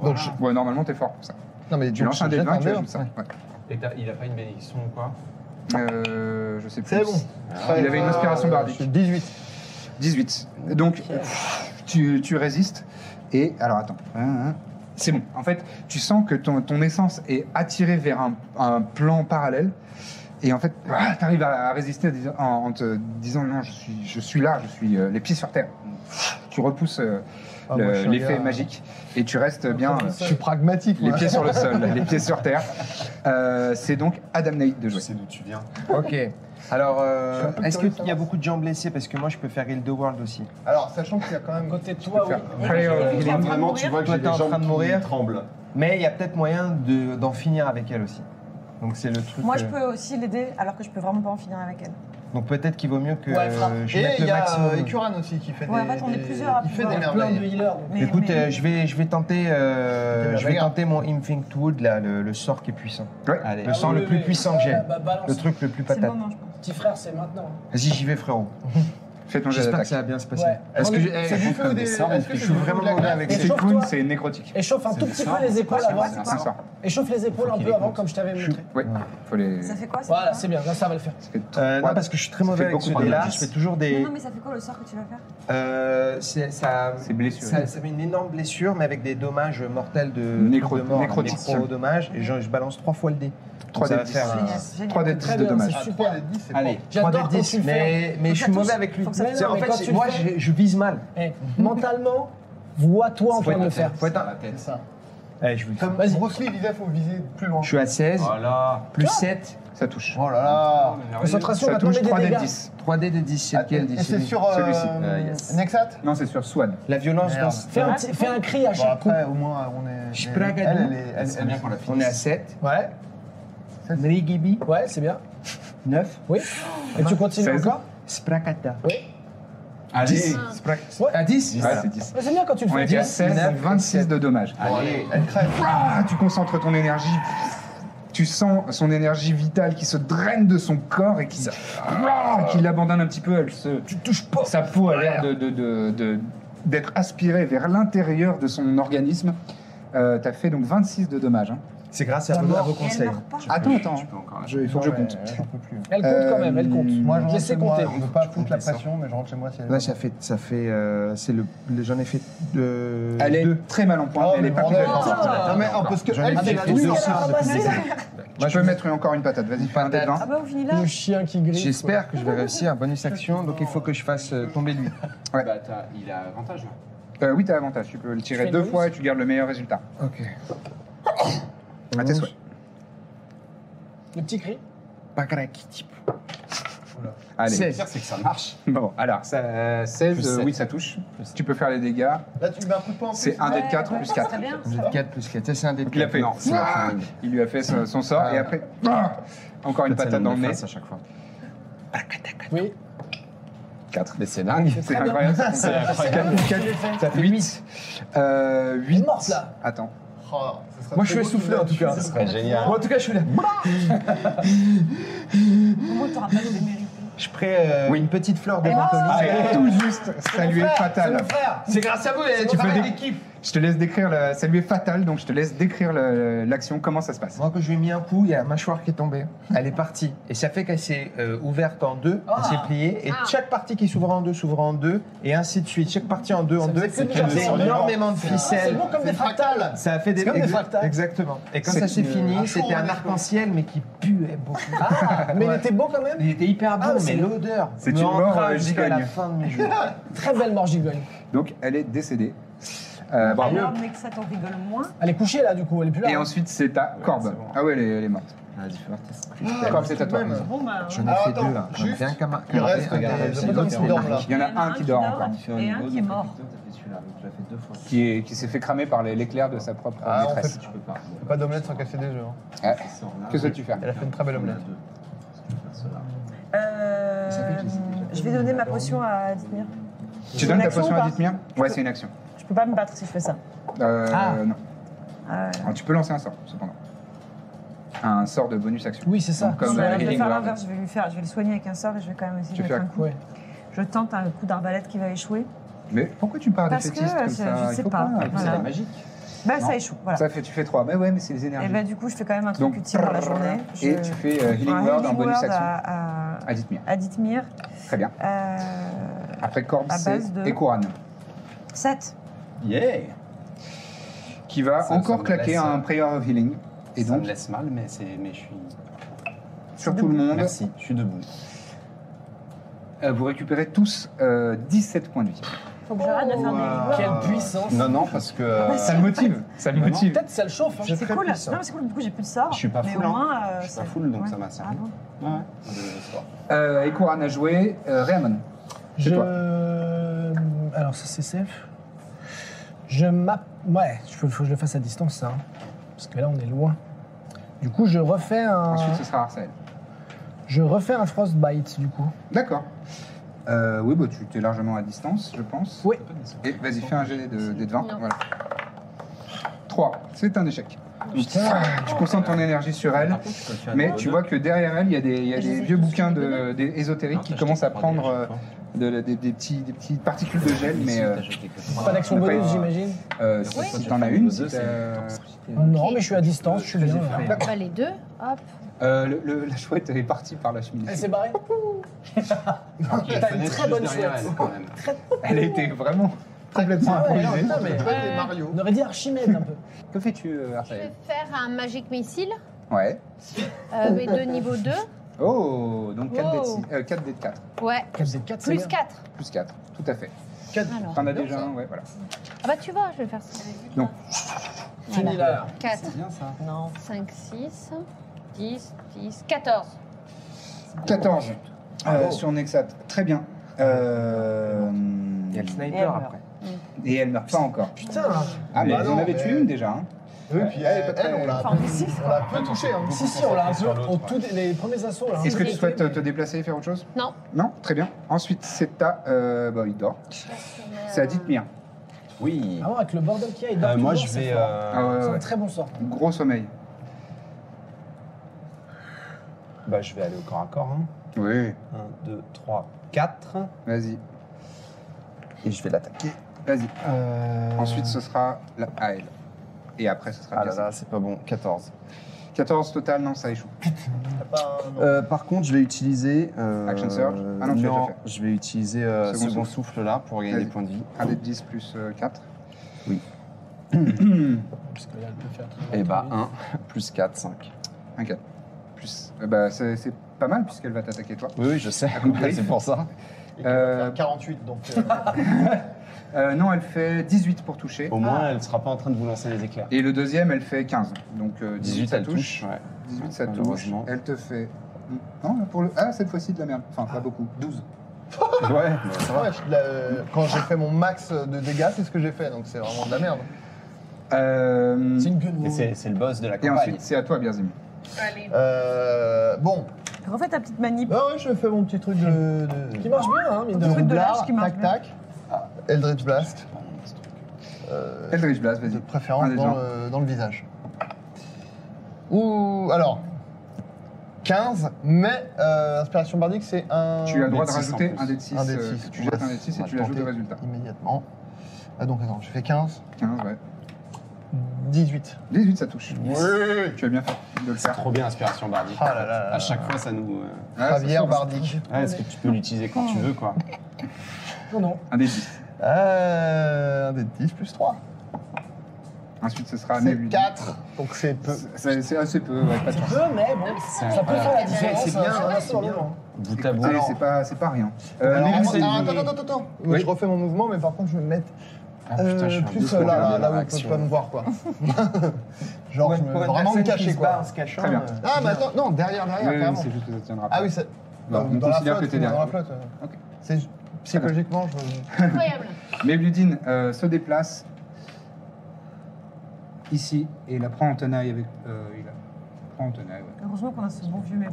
I: donc Ouais, normalement, t'es fort pour ça.
C: Non, mais
I: tu
C: donc,
I: lances un
C: je
I: des
C: jette
I: 20,
C: un
I: tu
C: dé,
I: ajoutes ça.
C: ouais.
I: ouais.
E: Et t'as- il a pas une bénédiction ou quoi
I: Euh, je sais plus.
E: C'est bon.
I: Il avait une inspiration
C: Euh,
E: Ah,
I: bardique. 18. 18. Donc, tu, tu résistes. Et alors, attends. Hein, hein. C'est bon. En fait, tu sens que ton, ton essence est attirée vers un, un plan parallèle. Et en fait, tu arrives à, à résister en disant- en, en te disant non, je suis, je suis là, je suis euh, les pieds sur terre. Tu repousses euh,
C: Ah,
I: le-
C: moi, je suis un
I: l'effet
C: gars-
I: magique et tu restes bien. euh,
C: Je suis pragmatique.
I: les
C: moi.
I: pieds sur le sol, les pieds sur terre. Euh, c'est donc Adam Naïd de jouer. C'est
E: d'où tu viens.
F: Ok. Alors, euh,
C: Je suis un peu
F: est-ce
C: curieux de
F: qu'il y a beaucoup de gens blessés Parce que moi, je peux faire Guild World aussi.
C: Alors, sachant qu'il y a quand même. Côté
F: Je peux faire Prayer of Healing.
E: Vraiment, tu vois que
F: Toi,
E: j'ai
F: t'es
E: des
F: en
E: jambes
F: train de
E: qui
F: mourir.
E: tremblent.
F: Mais il y a peut-être moyen de- d'en finir avec elle aussi. Donc, c'est le truc.
G: Moi, je
F: euh,
G: peux aussi l'aider, alors que je peux vraiment pas en finir avec elle.
F: Donc, peut-être qu'il vaut mieux que
G: Ouais, frappe.
F: euh, je
C: Et
F: mette
C: il
F: le
C: y a
F: maximum.
C: euh, Ekuran aussi qui fait des.
G: Ouais, en fait, on est
C: des-
G: plusieurs à
C: Il fait des
G: pouvoir-
C: merveilles.
G: plein de healers, donc. Mais-
F: Écoute,
G: mais-
F: euh, je vais, je vais tenter, euh,
C: Mais
F: je vais
C: regarde.
F: tenter mon Imfing Wood, là, le, le sort qui est puissant. Allez, le
B: Ah
F: sort
B: oui,
F: le
B: oui,
F: plus
B: oui.
F: puissant que j'ai.
B: Ah, bah, balance.
F: le truc le plus
B: C'est le
F: patate.
B: moment, je pense. Petit frère, c'est maintenant.
F: Vas-y, j'y vais, frérot.
I: Fais ton jet
F: J'espère
I: d'attaque.
F: que ça va bien se passer.
B: Ouais.
F: Est-ce que
B: Rendez-
F: j'ai- eh,
B: c'est du
F: je
B: feu
F: prends
B: ou
F: des
B: des-
F: sorts,
B: est-ce
F: est-ce
B: que
F: que je
B: c'est
F: suis
B: du feu ou de
F: vraiment
B: la
F: mauvais
B: glace
F: avec
B: Et
F: ça
B: chauffe-toi.
I: Cool, c'est nécrotique.
B: Échauffe un tout petit peu les épaules avant. Échauffe les épaules un peu avant, comme je t'avais montré.
I: Oui, faut les.
G: Ça fait quoi ça
B: Voilà, c'est bien, là, ça va le faire.
F: Euh, non, parce que je suis très
I: Ça fait
F: mauvais avec
I: beaucoup
F: ce
I: de
F: dé-là.
I: dés.
F: Je fais toujours
G: Non,
F: des.
G: non, mais ça fait quoi le sort que tu vas faire
F: Euh, c'est ça.
I: blessure.
F: Ça, ça fait une énorme blessure, mais avec des dommages mortels de.
I: Nécro-
F: de mort,
I: nécrotique.
F: nécro- dommages. Et je, je balance trois fois le dé. Donc
I: 3
F: ça
I: des
F: va
I: 10.
F: faire un-
B: Très
I: de
B: bien,
I: dommage.
B: C'est super.
F: Allez,
B: J'adore
F: 3
B: quand
F: des 10,
B: tu le fais.
F: mais, mais
B: Faut
F: je
B: que
F: suis
B: ça
F: mauvais
B: touche.
F: avec lui.
B: Faut que ça
F: C'est-
B: touche.
F: en
B: Mais
F: fait,
B: quand
F: j'ai-
B: tu le
F: moi,
B: fais-
F: j'ai- je vise mal.
B: Eh, Mentalement, vois-toi en train de le faire.
F: Faut être un- Eh, je, vais-
C: Comme Bruce Lee disait, faut viser plus loin.
F: je suis à 16, plus 7.
I: Ça touche.
C: Oh là là
B: Concentration,
F: ça
B: va tomber
F: touche
B: des
F: 3 des
B: dégâts.
F: 10. 3 des 10, c'est lequel
C: Et c'est sur
F: Celui-ci.
C: euh, Nexat
I: Non, c'est sur Swan.
F: La violence
C: Merde.
F: dans
B: Fais un, petit- fais un cri à
C: Bon,
B: chaque coup.
C: après, au moins, on est.
F: Je
C: elle-
F: plaque à
C: elle,
F: nous.
C: elle est- elle-
F: C'est
C: elle-
F: bien qu'on la finisse. On est à 7,
B: Ouais.
F: Mrigibi,
B: Ouais, c'est bien.
F: 9.
B: Oui. Et tu continues
F: Seize.
B: encore
F: Spracata.
B: Oui.
F: Allez.
B: À
F: 10
I: Ouais, c'est 10.
B: Mais C'est bien quand tu le
I: On
B: fais.
I: était à
B: 10,
I: 16,
B: 9,
I: 26 de dommages.
F: Allez,
C: elle crève.
I: Ah, tu concentres ton énergie. Tu sens son énergie vitale qui se draine de son corps et qui, Ah, qui l'abandonne un petit peu. Elle se, tu touches pas. Sa peau a l'air de, de- de- de- d'être aspirée vers l'intérieur de son organisme. Euh, t'as fait donc 26 de dommages. hein.
F: C'est grâce à
I: La
F: vos, à
I: mort.
F: vos
I: Et elle
F: conseils.
I: meurt pas. Attends, attends. Je- il faut que je compte.
B: Elle compte quand même, elle compte.
C: Euh, Moi, je rentre
B: Laissez
C: chez moi.
B: compter.
C: On ne veut pas foutre la pression, mais je rentre chez moi si elle
F: Là, ça fait. Ça fait euh, c'est le, le- j'en ai fait deux.
I: Elle est
F: deux.
I: très mal en point.
F: Oh,
I: elle
F: mais
I: est pas
F: bordel.
I: complète.
F: Non, mais, oh, parce que
I: J'en ai
F: elle,
I: fait
F: c'est la
I: deux
F: douille,
I: sorts
F: elle a
I: depuis
F: ramassé,
I: le
F: là.
I: début. Moi, je peux mettre encore une patate. Vas-y, fais un dé de 20.
G: Ah bah, on finit là
B: Le chien qui griffe.
F: J'espère que je vais réussir un bonus action, donc il faut que je fasse euh, tomber lui.
I: Ouais.
E: Bah, t'as- il a avantage. là.
I: Euh, oui, t'as avantage. Tu peux le
B: Tu
I: tirer
B: fais
I: deux
B: le
I: fois et tu gardes le meilleur résultat.
F: Ok. Ah,
I: À tes souhaits.
B: Le petit cri.
F: Pas grec, type.
I: Allez.
E: Le pire, c'est que ça marche.
I: Bon, alors, ça, euh, 16,
E: Plus
I: euh,
E: sept.
I: oui, ça touche. Tu peux faire les dégâts.
C: Là, tu mets un coup de poing. en plus.
I: C'est un dé de 4 plus 4.
F: Un dé de 4 plus 4, ça c'est un dé de
I: Donc, il a
F: 4.
I: fait. Ah il lui a fait son, son sort et après. ah encore une
F: Ça,
I: patate
F: on
I: dans le
F: le
I: nez.
F: fasse à chaque fois.
B: Oui.
I: 4.
E: Mais c'est dingue.
I: C'est
B: très
I: incroyable. ça.
B: bien.
E: C'est incroyable.
I: 4, ça fait 8. Euh, 8.
B: Morte là.
I: Attends.
C: Oh, ça serait
F: Moi je suis
C: très beau
F: essoufflé
C: si
F: en tout cas.
C: tu-
E: Ce serait génial.
F: Moi en tout cas je suis là.
G: Au moins, t'auras pas de démérite.
F: Je prends euh, une
E: Eh,
F: petite fleur de Brantoli.
I: Tout juste salué
C: frère,
I: fatal.
C: Frère
F: C'est grâce à vous, eh,
C: C'est
F: tu
C: mon
F: peux
C: travail
F: dé-
C: d'équipe.
E: Je te laisse décrire, le... ça lui est fatal, donc je te laisse décrire le- l'action, comment ça se passe.
F: Moi, quand je lui ai mis un coup, il y a la mâchoire qui est tombée. Elle est partie. Et ça fait qu'elle s'est euh, ouverte en deux, elle s'est pliée. Et chaque partie qui s'ouvre en deux s'ouvre en deux, et ainsi de suite. Chaque partie en deux, en deux.
B: faisait que
F: Ça
B: des
F: faisait
B: fractales.
F: énormément de
B: C'est-
F: ficelles.
B: Ah, c'est bon comme des fractales.
F: Ça a fait des
B: C'est comme des
F: exa-
B: fractales.
F: Exactement. Et quand ça
B: C'est
F: s'est
B: une- un
F: fini, c'était
B: chaud,
F: un
B: un
F: arc-en-ciel, mais qui puait beaucoup.
B: mais il
F: Ouais.
B: était beau quand même
F: Il était hyper bon,
B: Ah,
F: mais
B: c'est-
F: l'odeur.
E: C'est
F: me
E: une mort,
F: ancra
E: euh,
F: jusqu'à la
E: gigogne.
F: fin de mes jours.
B: Très belle mort gigogne.
E: Donc elle est décédée. Euh,
I: Bah,
E: bravo.
N: Alors, mais que ça t'en rigole moins.
B: Elle est couchée là, du coup, elle est plus
N: Ah.
B: là.
E: Et
B: hein.
E: ensuite c'est ta corbe. Ah ouais, elle est, elle est morte.
C: Ah,
E: corbe, c'est à toi.
C: tout de même.
N: Bon, bah,
F: J'en ai
C: Alors,
F: fait
C: attends,
F: deux là.
C: juste,
F: Bien cama-
C: il reste des-
F: regardez, regardez,
C: des
F: c'est
C: gens
F: l'autre
C: qui
F: qui
C: dorment,
F: dort,
C: là.
F: là.
E: Il y en a un qui dort encore.
N: et un qui est mort.
E: Qui, est- qui s'est fait cramer par les- l'éclair de sa propre
C: Ah, on
E: maîtresse.
C: fait pas d'omelette sans casser des jeux. hein.
E: Ah. Que souhaites-tu faire
C: Elle a fait une très belle omelette.
N: Euh, je vais donner ma potion à Dithmir.
E: Tu
N: C'est
E: donnes
N: une
E: ta
N: action
E: potion
N: ou pas
E: à Dithmir Ouais, c'est une action.
N: Je peux pas me battre si je fais ça.
E: Euh,
N: Ah.
E: Non.
N: Euh,
E: Alors, tu peux lancer un sort, cependant. Un sort de bonus action.
B: Oui, c'est ça.
E: Donc, comme
N: non,
E: euh,
N: mais je vais
E: Healing
N: faire
E: Word.
N: l'inverse, je vais lui faire, je vais le soigner avec un sort et je vais quand même essayer
E: Tu
N: de
E: fais
N: mettre un
E: un
N: coup.
E: coup.
N: Je tente un coup d'arbalète qui va échouer.
E: Mais pourquoi tu parles
N: Parce
E: des
N: que,
E: fétistes comme
N: je-
E: ça
N: je
E: Il
N: sais
E: faut
N: pas, voilà.
E: C'est magique.
N: Bah
E: Non.
N: ça échoue, voilà.
E: Ça fait, tu fais 3. Bah ouais, mais c'est les
N: et
E: énergies.
N: bah du coup je fais quand même un truc
E: Donc,
N: utile dans la journée.
E: et
N: Je-
E: tu fais, euh, Healing
N: un
E: Word en
N: Healing
E: bonus
N: Word
E: action.
N: À, à-
E: À Dithmir.
N: à Dithmir.
E: Très bien.
N: Euh,
E: Après Corbe,
N: à
E: c'est
N: base de-
E: Ekoran.
N: 7.
E: Yeah Qui va
P: Ça- ça
E: encore
P: me
E: claquer
P: laisse,
E: un
P: euh,
E: Prayer of Healing. Et
P: Ça
E: donc,
P: me laisse mal, mais, c'est- mais je suis.
E: sur tout le monde,
P: Merci, je suis debout.
E: euh, vous récupérez tous euh, 17 points de vie.
N: Faut que j'arrête de
F: Oh,
N: faire des.
B: Quelle puissance
P: Non, non, parce que. euh,
E: Ça le motive. Ça le
P: Non, non.
E: motive.
B: Peut-être ça le chauffe. hein.
N: C'est cool. Non mais c'est cool. Du coup j'ai plus de sort.
P: Je suis pas
N: mais
P: full,
N: au
P: hein.
N: moins. euh,
P: Je suis pas
N: c'est-
P: full, donc
N: ouais.
P: ça m'a
N: Ah
P: servi.
N: bon.
P: Ouais, ouais. Le soir.
E: Euh, Ekoran a joué. Euh, Raymond.
B: Je... Alors, ça, c'est safe. Je map... Ouais, il faut faut que je le fasse à distance, ça. hein. Parce que là, on est loin. Du coup, je refais un...
E: Ensuite, ce sera Arcel.
B: Je refais un Frostbite, du coup.
E: D'accord. Euh, oui, bah, tu t'es largement à distance, je pense.
B: Oui.
E: Et vas-y, fais un jet de, des 20.
H: Non.
E: Voilà. 3. C'est un échec. Donc, tu concentres ton énergie sur elle, mais tu vois que derrière elle, il y a des, il y a
H: Et je les
E: des
H: ai
E: vieux
H: tous
E: bouquins de-
H: donnés.
E: des ésotériques qui
P: t'as
E: commencent à
P: acheté trois
E: prendre
P: dés à
E: euh,
P: chaque fois.
E: de la- des, des petits, des petites particules de gel, mais euh,
B: Pas d'action
E: on n'a pas
B: bonus,
E: eu-
B: j'imagine
E: euh,
P: Oui.
E: si t'en as une, euh, si t'as-
B: Non, mais je suis à distance, je suis bien. là.
H: Bah, les deux, hop.
E: Euh, le- le- la chouette est partie par la cheminée.
B: Elle s'est barrée T'as une très bonne chouette.
E: Elle était vraiment complètement
B: Ah ouais, non,
E: improvisée.
B: putain, mais-
H: Ouais.
B: On aurait dit Archimède, un peu.
E: Que fais-tu, euh,
H: Je vais
E: Arthel
H: faire un Magic Missile,
E: Ouais.
H: euh, mais de niveau 2.
E: Oh, donc 4
H: Wow.
E: dés de six- euh, quatre dés de 4,
H: Ouais,
B: 4 c'est
H: plus
B: bien.
H: 4.
E: plus 4, tout à fait.
H: Alors.
E: T'en as déjà un, ouais, voilà.
H: Ah bah tu vois, je vais faire ça.
E: Donc,
B: Fini là, là.
H: 4,
E: bien ça.
H: 5, 6, 10, 10, 14.
E: 14 euh, sur Nexat, très bien. Euh,
F: Il y a le sniper après.
E: Et elle meurt pas encore.
B: Putain
E: Ah, mais
C: Bah
E: vous en
C: non,
E: avez
C: mais-
E: tué une déjà. Hein.
C: Oui, puis
E: Elle est
C: elle,
E: pas très-
C: elle, on l'a
N: Enfin, mais si, c'est
C: on l'a peu touché. Hein.
B: Si, si, on l'a un peu au tout des les premiers assauts, là.
E: Est-ce que tu
H: oui.
E: souhaites euh, te déplacer et faire autre chose
H: Non.
E: Non Très bien. Ensuite, c'est à. Euh, bah, il dort. C'est à Dithmir. euh,
P: Oui.
B: Ah ouais, avec le bordel qu'il y a, il dort
P: Euh, moi,
B: toujours,
P: je
B: c'est
P: vais.
B: fort.
P: euh,
E: Ah ouais,
B: C'est
E: ouais.
B: un très bon sort.
E: Gros sommeil.
P: Bah, je vais aller au corps à corps.
E: Oui.
P: 1, 2, 3, 4.
E: Vas-y.
P: Et je vais l'attaquer.
E: Vas-y.
P: Euh,
E: Ensuite, ce sera la... à elle. Et après, ce sera
P: Ah là
E: Cassie.
P: là, c'est pas bon. 14.
E: 14 total, non, ça échoue.
C: T'as pas un-
P: Euh, par contre, je vais utiliser. euh,
E: Ah Action surge Ah non, tu l'as déjà fait.
P: je vais utiliser euh,
E: Second
P: second, souffle. là pour gagner
E: Vas-y.
P: des points de vie.
E: 1 des 10 plus euh, 4.
P: Oui.
B: Parce que là, elle peut faire
F: Eh
B: très
P: Et
B: bien.
P: bah
F: hein.
P: 1 plus 4, 5.
E: 1, 4. Plus. euh, bah, c'est c'est pas mal puisqu'elle va t'attaquer toi.
P: Oui, oui, je sais.
E: Ah, compris.
P: bah, c'est pour ça.
C: Et qu'elle va faire 48, donc. euh,
E: Euh, non, elle fait 18 pour toucher.
P: Au moins, elle ne sera pas en train de vous lancer des éclairs.
E: Et le deuxième, elle fait 15. Donc euh, 18,
P: 18,
E: ça
P: elle touche. ouais.
E: 18, ça touche.
P: Malheureusement.
E: Elle te fait. Non, là, pour le... Ah, cette fois-ci de la merde. Enfin, pas beaucoup. 12.
P: Ouais.
C: ouais, je l'ai- quand j'ai fait mon max de dégâts, c'est ce que j'ai fait, donc c'est vraiment de la merde.
E: Euh,
B: C'est une gueule.
P: Et
B: wow.
P: c'est c'est le boss de la
E: Et
P: campagne.
E: ensuite, c'est à toi, Birzim.
H: Allez.
C: Euh, bon,
N: Refais ta petite manip.
C: Ah ouais, je fais mon petit truc de. de-
B: Qui marche bien, hein, mine de
N: Le truc
B: rien.
N: de lâche qui marche
C: Tac,
N: bien.
C: tac. Ah, Eldritch Blast. Euh,
E: Eldritch Blast,
C: de
E: vas-y. Un
C: préférence
E: des
C: dans
E: gens.
C: le, dans le visage. Ou. Alors. 15, mais euh, Inspiration Bardique, c'est un.
E: Tu as le droit de
P: dé de six en
E: rajouter
P: plus.
E: un dé de 6.
C: Un dé de six.
E: Tu jettes un dé de
C: On
E: 6 et
C: va
E: tu l'ajoutes
C: tenter
E: au résultat.
C: Immédiatement. Ah donc attends, j'ai fait 15.
E: 15, ouais.
C: 18.
E: 18, ça touche.
C: Oui
E: Tu as bien fait de le
P: C'est
E: faire.
P: trop bien inspiration bardique.
C: Ah là là là
P: à chaque fois, ça nous.
E: Ouais, ça euh,
C: Javier
E: sauve.
C: Bardic.
P: Ouais, est-ce que tu peux l'utiliser quand tu veux, quoi
B: Non, non.
E: Un des 10.
C: Euh, un des 10 plus 3.
E: Ensuite, ce sera
C: C'est
E: 8.
C: 4. Donc c'est peu.
E: C'est c'est assez peu, ouais, pas de chance.
B: Peu, mais bon,
P: C'est-
B: ça peut
P: voilà.
B: faire la différence.
C: C'est Euh, bien,
B: hein,
C: ouais,
B: sur le moment.
P: Bout à bout.
E: Allez,
P: Alors,
E: c'est pas, c'est pas rien. Euh,
C: Alors,
E: Mélus,
C: attends,
E: Euh, c'est-
C: ah, attends, attends, attends, attends. Moi,
F: Oui.
C: Je refais mon mouvement, mais par contre, je vais me mettre
P: ah, putain, je suis
C: euh,
P: un deux
C: plus
P: fois
C: euh, là,
P: perdu
C: là,
P: dans
C: là
P: la
C: où ils
P: réaction.
C: peuvent pas me voir, quoi. Genre, je me
F: Pour une
C: vraiment me
F: personne qui
C: cacher,
F: se bat
C: quoi.
F: en se cachant.
E: Très bien.
F: euh,
C: Ah, mais attends, non, derrière, derrière,
E: Oui, oui,
C: carrément.
E: c'est juste que ça tiendra pas.
C: Ah oui, ça.
E: Non,
C: dans-
E: on
C: dans la
E: considère que
C: flotte,
E: t'es
C: oui, Dans la
E: derrière.
C: flotte. ouais.
E: Ok.
C: C'est psychologiquement, je.
H: Incroyable.
E: Mevludin euh, se déplace ici et la prend en tenaille avec. euh, il la prend en tenaille, ouais.
N: Heureusement qu'on a ce bon vieux mec.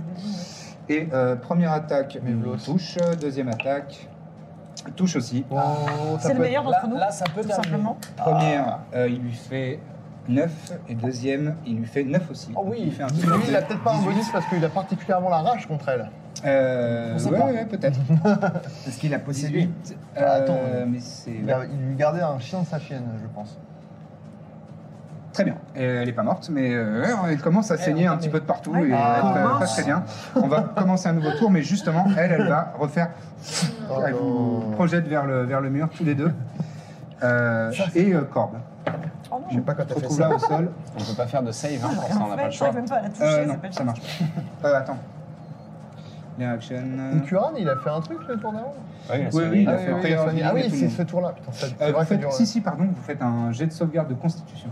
E: Et euh, première attaque, Mevlo touche. Deuxième attaque, touche aussi.
C: Oh, ça
N: C'est le
C: peut être-
N: meilleur d'entre
B: Là,
N: nous,
B: là, ça peut
N: tout
B: terminer.
N: simplement.
E: Première, euh, il lui fait 9. Et deuxième, il lui fait 9 aussi.
B: Oh oui.
E: il fait un
C: Lui, Ah il a peut-être pas un bonus parce qu'il a particulièrement la rage contre elle.
E: Euh,
B: On sait
E: ouais,
B: pas.
E: ouais, peut-être. Parce qu'il a possédé.
C: 18.
E: Euh,
C: Ah, Attends.
E: mais c'est.
C: Il, a- il lui gardait un chien de sa chienne, je pense.
E: Très bien. Euh, elle n'est pas morte, mais euh, ouais, elle commence à saigner un petit peu de partout et
C: Eh, Ah,
E: elle va pas
C: mince.
E: très bien. On va commencer un nouveau tour, mais justement, elle, elle va refaire.
C: Oh
E: elle vous projette vers le, vers le mur, tous les deux. Euh, et euh, Corbe.
C: Je sais pas quand
E: Je
C: t'as
E: te
C: fait
E: retrouve
C: ça.
E: là au sol.
P: On peut pas faire de save, hein, pour ça, on n'a pas le
N: Je
P: choix.
N: n'arrive même pas à la toucher.
E: Euh,
N: ça
E: non,
N: peut être-
E: ça marche pas. Euh, attends. Les actions. euh,
C: Et Kuran, il a fait un truc le tour d'avant
P: Ouais, il a
E: Oui,
P: sauvé.
E: oui, il
C: Ah
E: a
C: oui,
E: fait
C: oui, oui,
E: prière au
C: ah oui,
E: tout le
C: c'est
E: monde.
C: ce tour-là. Putain, ça-
E: Euh,
C: c'est hein. vrai
E: vous
C: que ça
E: faites-
C: dure.
E: si, si, pardon, vous faites un jet de sauvegarde de constitution.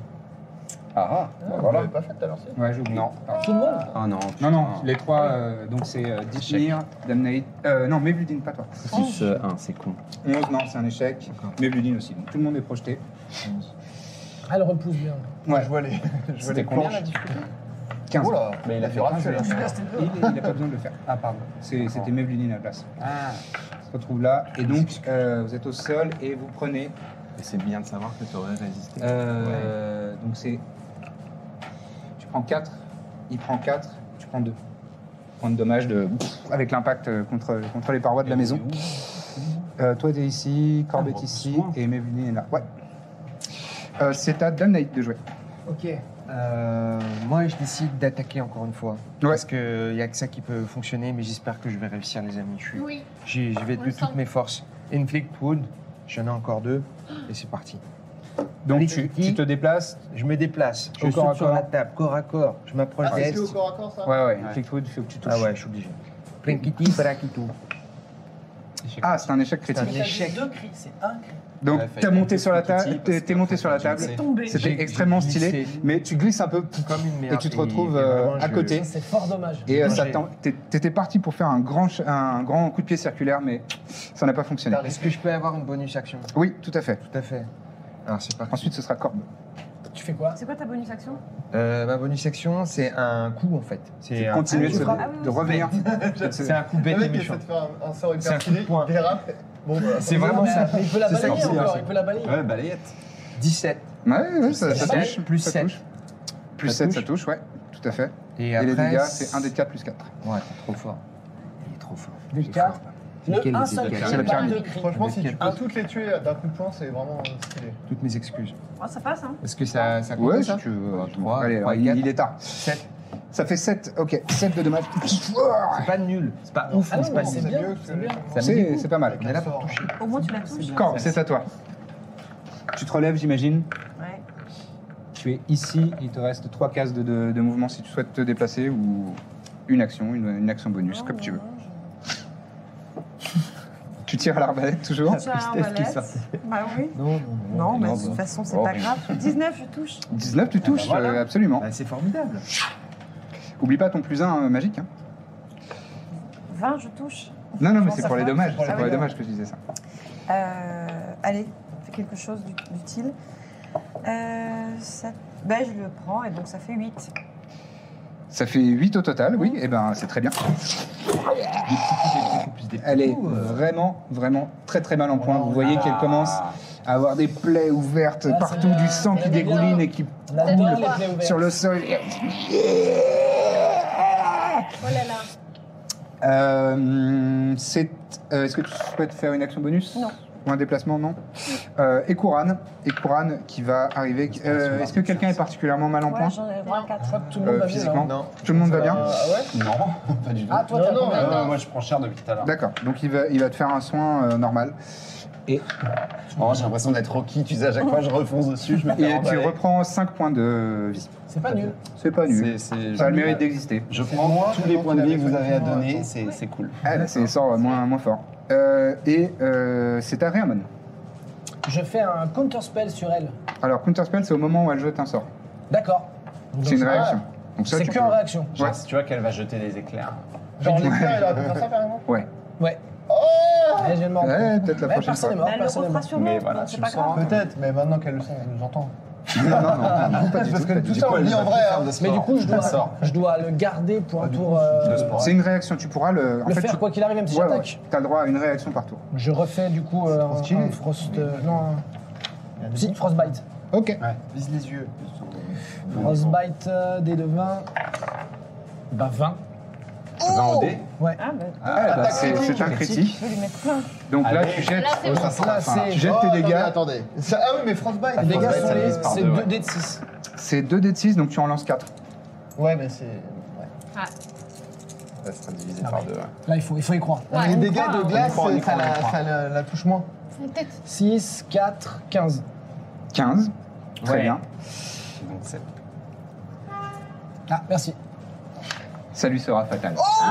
P: Ah, ah,
C: Ah,
P: bah
C: vous
P: voilà.
C: l'avez pas fait tout à l'heure, si
E: Ouais, j'ai oublié.
P: Non.
E: Pardon.
B: Tout le monde
P: Ah non.
E: Non, non, les trois, euh, donc c'est euh, Dithmir, Damnaid. Euh, non, Mevludin, pas toi.
P: 6,
E: euh,
P: 1, c'est con.
E: 11, non, c'est un échec. Mevludin aussi. Donc tout le monde est projeté.
B: Elle repousse bien.
E: Ouais.
C: Je vois les. Je vois
P: C'était
C: les
P: combien, la
C: planches.
E: 15.
C: Oh là,
P: Mais il a fait
C: du
P: quinze,
C: rafle, là.
E: Il n'a pas besoin de le faire. Ah, pardon. C'est- C'était Mevludin à la place.
C: Ah.
E: On se retrouve là. Et donc, euh, vous êtes au sol et vous prenez.
P: Et c'est bien de savoir que tu aurais résisté.
E: euh, Donc c'est. Tu prends 4, il prend 4, tu prends 2. Point de dommage de, avec l'impact euh, contre, contre les parois de la maison. Euh, toi, t'es ici, Corbett
C: Ah,
E: ici,
C: bah,
E: et Mevludin est là. Ouais. Euh, c'est à Damnaid de jouer.
F: Ok. Euh, moi, je décide d'attaquer encore une fois. Parce qu'il n'y a que ça qui peut fonctionner, mais j'espère que je vais réussir, les amis. Je, suis,
H: Oui.
F: j'y- j'y vais
H: On
F: de
H: le sent.
F: toutes mes forces. Inflict Wood, j'en ai encore deux, et c'est parti.
E: Donc
F: Allez,
E: tu,
F: qui
E: tu te déplaces.
F: Je me déplace, je
E: Au
F: saute
E: corps à
F: sur
E: corps.
F: la table, corps à corps, je m'approche
C: Ah, c'est
F: d'Est.
C: plus au corps à corps, ça
E: Ouais, ouais. Flickwood, il faut que tu touches.
F: Ah ouais, je suis obligé. Plinkity, Brakitu.
E: Ah, c'est un échec critique.
F: C'est un échec.
B: Deux cris, c'est un cri.
E: Donc
P: Ouais,
E: t'as
P: fallait
E: monté
P: un peu
E: sur la
P: plus petit,
E: table,
P: parce
E: t'es
P: que
E: t'es monté
P: après,
E: sur la
P: j'ai
E: table.
P: glissé.
N: Tombé.
E: C'était
F: J'ai-
E: extrêmement
F: j'ai
E: stylé,
F: glissé.
E: mais tu glisses un peu
F: Comme une merde.
E: et tu te
F: Et-
E: retrouves
F: et
E: euh,
F: vraiment,
E: à
F: je-
E: côté.
B: C'est fort dommage.
E: Et euh,
F: Moi,
E: ça
F: j'ai-
E: t'en- t'é- t'étais parti pour faire un grand, ch- un grand coup de pied circulaire, mais ça n'a pas fonctionné.
F: Est-ce que je peux avoir une bonus action
E: Oui, tout à fait.
F: Tout à fait. Alors, c'est parti.
E: Ensuite, ce sera Corbe.
B: Tu fais quoi
N: C'est quoi ta bonus action
F: Euh, ma bonus action, c'est un coup en fait.
E: Tu
F: un
E: continues
F: coup
E: de, se-
F: de-
N: frappes. Ah oui, oui,
E: de revenir.
F: C'est un coup bête
C: Le
F: et
C: mec il essaie
F: méchant.
C: de faire un, un sort
F: C'est
C: hyper
F: un coup de
C: stylé,
F: poing.
C: dérape. Bon, voilà.
F: C'est vraiment
B: bah, Mais
F: ça.
B: Il peut la
F: C'est ça
B: balayer
F: qui est
B: encore,
F: bien.
B: il peut la balayer.
P: Ouais, balayette.
F: 17.
E: Ouais, ouais, ça, ça
F: Ça
E: touche.
F: Plus
E: ça
F: 7.
E: touche. Plus
F: Ça
E: 7, ça
F: touche.
E: touche, ouais, tout à fait.
F: Et
E: Et,
F: après.
E: les dégâts, c'est 1 des 4 plus 4.
F: Ouais, t'es trop fort. Il est trop fort.
B: Des
F: Il est
B: quatre.
F: fort. Lequel
B: Le un
F: était
B: seul
F: quel
B: cri,
E: C'est la
B: pas
E: pyramide.
B: deux cris.
C: Franchement, si
F: Avec
C: tu
F: quel-
C: peux toutes les tuer d'un coup de poing, c'est vraiment euh, stylé.
B: Ah
F: Toutes mes excuses.
N: Oh, Ça passe, hein
F: Est-ce que ça, ça compte
E: Ouais, si
F: ça
E: tu veux.
F: Trois,
E: tu m'en- Allez,
F: trois,
E: il,
F: quatre.
E: il est tard.
F: 7.
E: Ça fait 7, ok, 7 de dommages.
F: C'est pas nul. C'est pas ouf.
B: Ah
F: mais
B: non,
F: c'est
B: mais
F: pas
B: c'est
F: nul.
B: bien,
C: mieux que
B: c'est bien.
F: Ça met des
E: C'est
F: coups.
E: c'est pas mal.
F: On est là pour toucher.
N: Au moins, tu la touches.
E: Corbe, c'est à toi. Tu te relèves, j'imagine.
N: Ouais.
E: Tu es ici, il te reste 3 cases de, de- de mouvement si tu souhaites te déplacer ou une action, une, une action bonus,
N: Non,
E: comme tu veux.
N: non, je-
E: Tu tires à l'arbalète toujours
N: Tu as un arbalète Bah oui.
F: Non, non,
N: Non, mais de toute façon, c'est pas grave. 19, je touche.
E: 19, tu touches,
F: voilà.
E: euh, absolument.
F: Bah, c'est formidable.
E: Oublie pas ton plus 1 magique. hein.
N: 20, je touche.
E: Non, non, mais
N: Comment
E: c'est
N: ça
E: pour les
N: va
E: dommages, c'est
N: Ah
E: pour les
N: oui,
E: dommages que je disais ça.
N: Euh, allez, fais quelque chose d'ut- d'utile. Euh, ça- ben, je le prends et donc ça fait 8.
E: Ça fait 8 au total, oui, et ben c'est très bien. Elle est vraiment, vraiment très très mal en point. Vous voyez qu'elle commence à avoir des plaies ouvertes
B: Ah,
E: partout,
B: c'est
E: du sang qui
B: Elle est
E: dégouline
B: bien.
E: et qui
B: La
H: Peut-être
B: dent,
H: pas.
B: les plaies ouvertes.
E: sur le sol.
H: Oh là là.
E: Euh, c'est. euh, Est-ce que tu souhaites faire une action bonus
N: Non.
E: Ou un déplacement, non euh, Et Kouran, et Kouran qui va arriver. Euh, Est-ce que quelqu'un est particulièrement mal en point
N: j'en ai vraiment quatre.
B: tout
E: euh, physiquement
B: hein.
E: Tout le monde va bien
D: Non, pas du tout.
B: euh, Ah, toi, t'as
D: non,
B: combien
D: non,
B: de-
D: non, moi je prends cher depuis tout à l'heure.
E: D'accord, donc il va, il va te faire un soin euh, normal. Et
D: Oh, j'ai l'impression d'être Rocky, tu sais, à chaque fois je refonce dessus, je me fais
E: Et tu
D: remballer.
E: reprends 5 points de vie.
B: C'est pas nul.
E: C'est pas nul. Ça a le mérite d'exister.
D: Je prends tous les points de vie que vous avez à donner, c'est c'est cool.
E: Ah, bah, c'est sort moins, moins fort. Euh, et euh, c'est à Rayman.
B: Je fais un counter spell sur elle.
E: Alors, Counterspell, c'est au moment où elle jette un sort.
B: D'accord. Donc
E: C'est une
B: ça,
E: réaction. Donc ça,
B: C'est
E: tu
B: que
E: peux-
B: en réaction.
D: Genre, si tu vois qu'elle va jeter des éclairs.
B: Genre
E: Ouais.
B: l'éclair, il
C: aurait pu faire ça, carrément
E: Ouais. Oh
B: Ouais. Ouais, je viens de me rendre
E: Ouais,
B: compte.
E: peut-être la
B: Ouais,
E: prochaine
B: personne
E: fois.
B: est
G: Bah,
B: mort,
N: Bah,
E: Elle le
B: personne est
E: refera
B: mort.
E: sûrement, Mais voilà, donc
C: Tu le sens Peut-être, mais maintenant qu'elle le sent, j'entends.
E: Non, non, non, non, pas
C: Parce
E: du tout,
C: que
E: pas
C: tout
E: du
C: ça,
E: tout.
C: on le dit en vrai. hein.
B: Mais du coup, je dois, je dois le garder pour un tour. euh,
E: C'est une réaction, tu pourras le.
B: Le faire, quoi qu'il arrive, même si j'attaque.
E: T'as le droit à une réaction par tour.
B: Je refais du coup euh, un, un frost. euh, non, un... si, frostbite.
E: Ok.
F: Vise les yeux.
B: Frostbite euh, des de 20. Bah 20.
D: en dé
B: Ouais.
E: Ah, bah, c'est c'est un critique.
N: Je vais lui mettre plein.
E: Donc là,
D: Allez.
E: tu jettes,
N: Là, c'est
E: Oh, ça
N: bon.
E: sent
N: Là,
E: la fin, là.
B: Ah, c'est-
E: Tu jettes
C: Oh,
E: tes dégâts.
C: Attendez, attendez. Ça- Ah oui, mais Frostbite.
B: Les dégâts
C: Frostbite,
B: sont
C: ça
B: les.
C: divise par
B: C'est
C: deux,
B: 2
C: ouais.
B: d de 6.
E: C'est 2D de 6, donc tu en lances 4.
C: Ouais, mais c'est.
H: Ah.
D: Ça sera divisé par deux.
B: Là, il faut, il faut y croire.
H: Ouais,
C: les
H: on
C: dégâts
H: croit,
C: de
H: hein.
B: On
C: glace,
B: y croit, on y
C: ça,
B: croit, on y
C: la,
B: croit.
C: ça la- la touche moins.
H: Une tête.
E: Ah,
B: 6, 4, 15.
E: 15. Très
B: Ouais.
E: bien.
B: Ah, merci.
E: Ça lui sera fatal.
F: Oh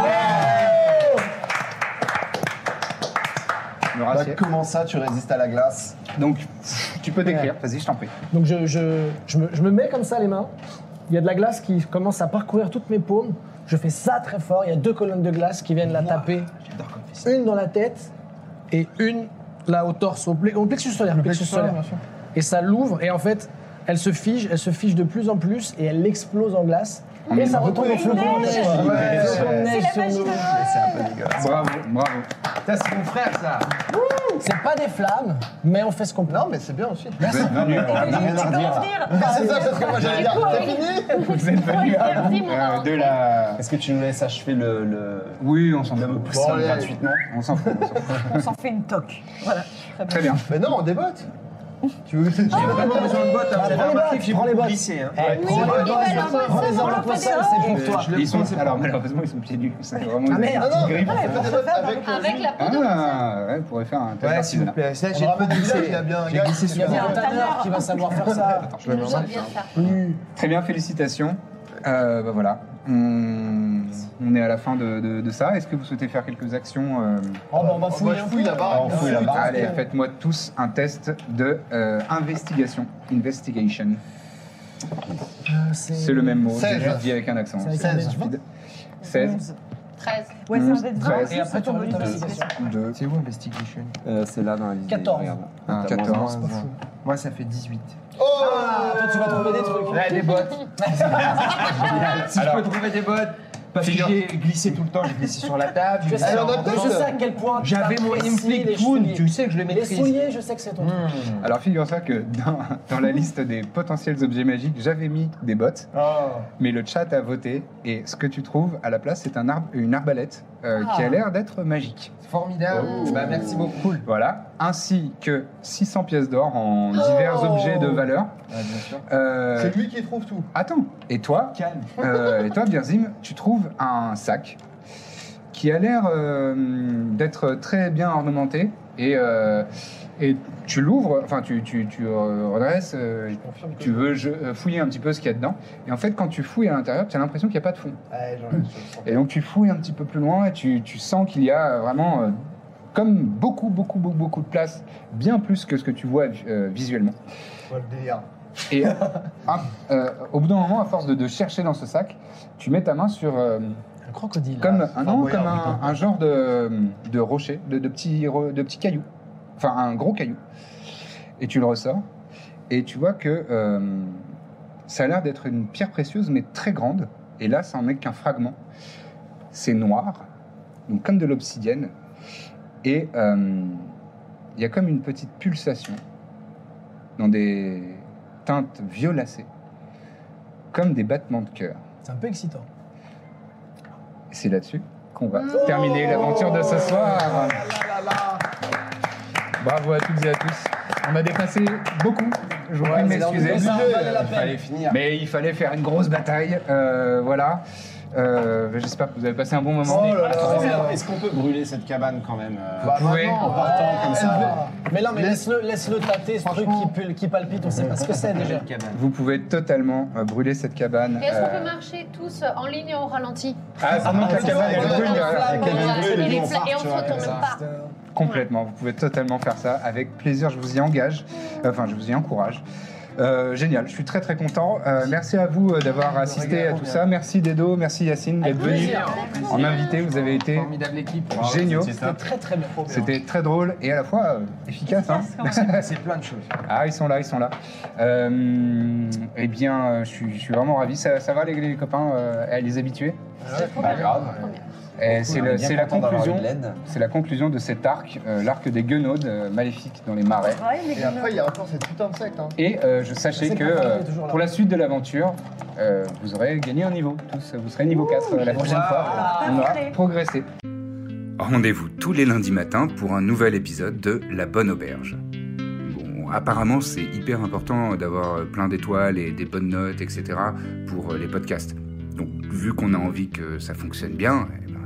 E: Me
D: Bah,
E: rassieds.
D: comment ça, tu résistes à la glace
E: Donc, tu peux décrire. Vas-y, je t'en prie.
B: Donc je, je- je me, je me mets comme ça les mains. Il y a de la glace qui commence à parcourir toutes mes paumes. Je fais ça très fort. Il y a deux colonnes de glace qui viennent la taper. Une dans la tête et une là au torse, au, ple- au plexus solaire. plexus
C: plexus solaire,
B: solaire.
C: bien sûr.
B: Et ça l'ouvre et en fait, elle se fige, elle se fige de plus en plus et elle explose en glace.
E: On
B: et
E: est
B: ça
E: beaucoup
B: retombe en
E: plus
B: flocons de
E: neige.
B: neige.
E: Ouais,
B: Flocons de
E: ouais.
B: neige sur nous.
D: C'est un peu dégueulasse.
E: Bravo, bravo.
F: Putain, c'est mon frère, ça.
B: C'est pas des flammes, mais on fait ce qu'on peut.
C: Non, mais c'est bien aussi.
E: Vous êtes venus
N: Et tu commences à dire
C: C'est ça, c'est ce que moi j'allais dire. C'est fini
E: vous êtes venus à bout, euh, de la.
D: Est-ce que tu nous laisses achever le. le...
E: Oui, on s'en
D: la
E: fout.
D: potion
C: allez.
D: gratuitement
E: On s'en fout. on s'en fout.
N: On s'en fait une toque. Voilà.
E: Très bien.
C: Mais non, on débote. Tu veux que
F: J'ai vraiment besoin de bottes. hein. Vous avez
B: prends les
F: remarqué
B: bottes,
F: que j'ai
B: prends les
F: beaucoup
B: bottes.
F: glissé. hein.
B: Eh, prends
H: oui,
B: les
H: on les
B: armes
H: envoie,
B: prends les
H: on
B: armes
H: leur
B: pour
H: fait
B: ça,
H: des
B: c'est
H: armes.
B: pour toi.
F: Je le
E: Euh, Ils sont,
F: prends, c'est
E: alors
F: bon.
E: malheureusement, ils sont pieds nus. C'est vraiment
B: Ah, merde.
C: Non, non,
E: Grippe.
C: on fait des bottes avec le-
H: Avec la peau de
E: Ah, ouais, on pourrait faire un tel
F: Ouais, s'il vous
E: artisanat.
F: plaît. C'est-
C: On
F: J'ai
C: ramène
F: beaucoup
C: du village,
F: glissé.
C: il a bien un
F: J'ai
C: gars.
F: glissé
B: Il y a
F: sur
B: bien
F: la
B: un
F: table.
B: tanneur qui va savoir faire ça.
H: Il nous a bien ça.
E: Très bien, félicitations. Euh, bah voilà, on, on est à la fin de, de- de ça. Est-ce que vous souhaitez faire quelques actions euh,
B: Oh, bah, on va
C: Oh,
B: fouiller
C: bah, je
B: un
C: fouille
B: peu.
C: là-bas.
D: On fouille
C: bah,
D: là-bas.
E: Allez, faites-moi tous un test de euh, investigation. Investigation.
B: Euh,
E: C'est le même mot, j'ai
C: 16.
E: juste dit avec un accent.
B: C'est avec
E: C'est
B: un
E: plus
B: accent.
E: rapide. 16,
H: 13.
E: 11,
N: c'est un dé de
E: 13,
B: Et après, tu envoies ton investigation.
E: 2,
F: C'est où Investigation
P: c'est là dans la liste.
B: 14.
P: Regarde.
F: Ah,
E: 14.
F: moins un. Moi, ça fait 18.
B: Ah, toi, tu vas trouver des trucs.
F: Ouais, des bottes. Si je peux trouver des bottes. Parce que j'ai glissé tout le temps, j'ai glissé sur la table. j'ai
B: Je
F: glissé
B: sais,
F: en
B: je
F: rentrant.
B: sais à quel point tu
F: J'avais mon
B: apprécies les
F: Implic Poon,
B: souliers.
F: tu sais que je le
B: Les
F: maîtrise.
B: souliers, je sais que c'est ton truc.
E: Alors figure-toi que dans, dans la liste des potentiels objets magiques, j'avais mis des bottes,
F: Ah.
E: mais le chat a voté et ce que tu trouves à la place, c'est un arbre, une arbalète euh, qui a l'air d'être magique.
F: Formidable.
I: Oh.
F: Bah, merci beaucoup.
E: Voilà, ainsi que 600 pièces d'or en divers objets de valeur. Euh,
C: C'est lui qui trouve tout.
E: attends, et toi,
F: Calme.
E: euh, et toi Birzim, tu trouves un sac qui a l'air euh, d'être très bien ornementé et, euh, et tu l'ouvres, enfin tu, tu, tu, euh, redresses, euh,
C: Confirme que-
E: tu veux je- euh, fouiller un petit peu ce qu'il y a dedans. Et en fait, quand tu fouilles à l'intérieur, tu as l'impression qu'il n'y a pas de fond.
C: Ouais, j'en ai- je le
E: Et donc tu fouilles un petit peu plus loin et tu, tu sens qu'il y a vraiment, euh, comme beaucoup, beaucoup, beaucoup, beaucoup de place, bien plus que ce que tu vois euh, visuellement.
C: sens. Ouais, le délire.
E: Et ah, euh, au bout d'un moment, à force de, de chercher dans ce sac, tu mets ta main sur euh,
B: Un crocodile.
E: comme,
C: Ah,
E: un, non,
C: Fort Boyard,
E: comme un, un genre de, de rocher, de, de petits ro- de petits cailloux, enfin un gros caillou. Et tu le ressors et tu vois que euh, ça a l'air d'être une pierre précieuse mais très grande. Et là, ça en est qu'un fragment. C'est noir, donc comme de l'obsidienne. Et euh, il y a comme une petite pulsation dans des teintes violacées, comme des battements de cœur.
B: C'est un peu excitant.
E: Et C'est là-dessus qu'on va terminer l'aventure de ce soir.
F: Bravo à toutes et à tous. On a dépassé beaucoup. Je vous prie de m'excuser.
E: Il fallait finir. Mais il fallait faire une grosse bataille. Euh, voilà. Euh, J'espère que vous avez passé un bon
B: Oh
E: moment.
B: Ah,
D: Ce n'est pas trop bien. Est-ce qu'on peut brûler cette cabane quand même euh,
E: Bah,
D: jouer
E: maintenant,
D: en partant comme ça
B: Ah. Mais non, mais laisse-le laisse -le tâter ce truc qui, pul- qui palpite, on sait pas ce que c'est déjà.
E: Vous pouvez totalement euh, brûler cette cabane.
H: Et est-ce qu'on
E: euh,
H: peut marcher tous euh, en ligne et au ralenti
E: Ah, ça manque la cabane, elle brûle, la cabane brûle,
H: Et
E: et
H: les
E: nous, on
H: fla-
E: part,
H: et on
E: tu
H: se
E: vois,
H: retourne
E: comme ça.
H: pas.
E: Complètement, vous pouvez totalement faire ça. Avec plaisir, je vous y engage. Enfin, je vous y encourage. Euh, génial, je suis très très content. Euh, merci à vous euh, d'avoir assisté à tout ça. Merci Dedo, merci Yacine d'être venu
B: plaisir.
E: en invité. Vous avez été
B: Formidable équipe.
E: géniaux.
B: C'était très très bien.
E: C'était très drôle et à la fois euh, efficace. hein.
F: C'est plein de choses.
E: Ah, ils sont là, ils sont là. Euh, eh bien, euh, je suis, je suis vraiment ravi. Ça, ça va les, les copains, euh, les habitués
D: Pas grave.
E: Eh, C'est
D: On est
E: le-
D: bien
E: c'est la,
D: content d'avoir eu
E: conclusion.
D: de l'aide.
E: C'est la conclusion de cet arc, euh, l'arc des guenaudes euh, maléfiques dans les marais.
C: Et après, il y a encore cette putain de secte. Hein.
E: Et euh, je sachez
C: C'est
E: que
C: pas grave,
E: euh,
C: il est toujours là.
E: pour la suite de l'aventure, euh, vous aurez gagné un niveau. Tous, vous serez niveau 4 euh, la prochaine fois. On aura progressé.
I: Rendez-vous tous les lundis matins pour un nouvel épisode de La Bonne Auberge. Bon, apparemment, c'est hyper important d'avoir euh, plein d'étoiles et des bonnes notes, etc. pour euh, les podcasts. Donc, vu qu'on a envie que ça fonctionne bien, eh ben,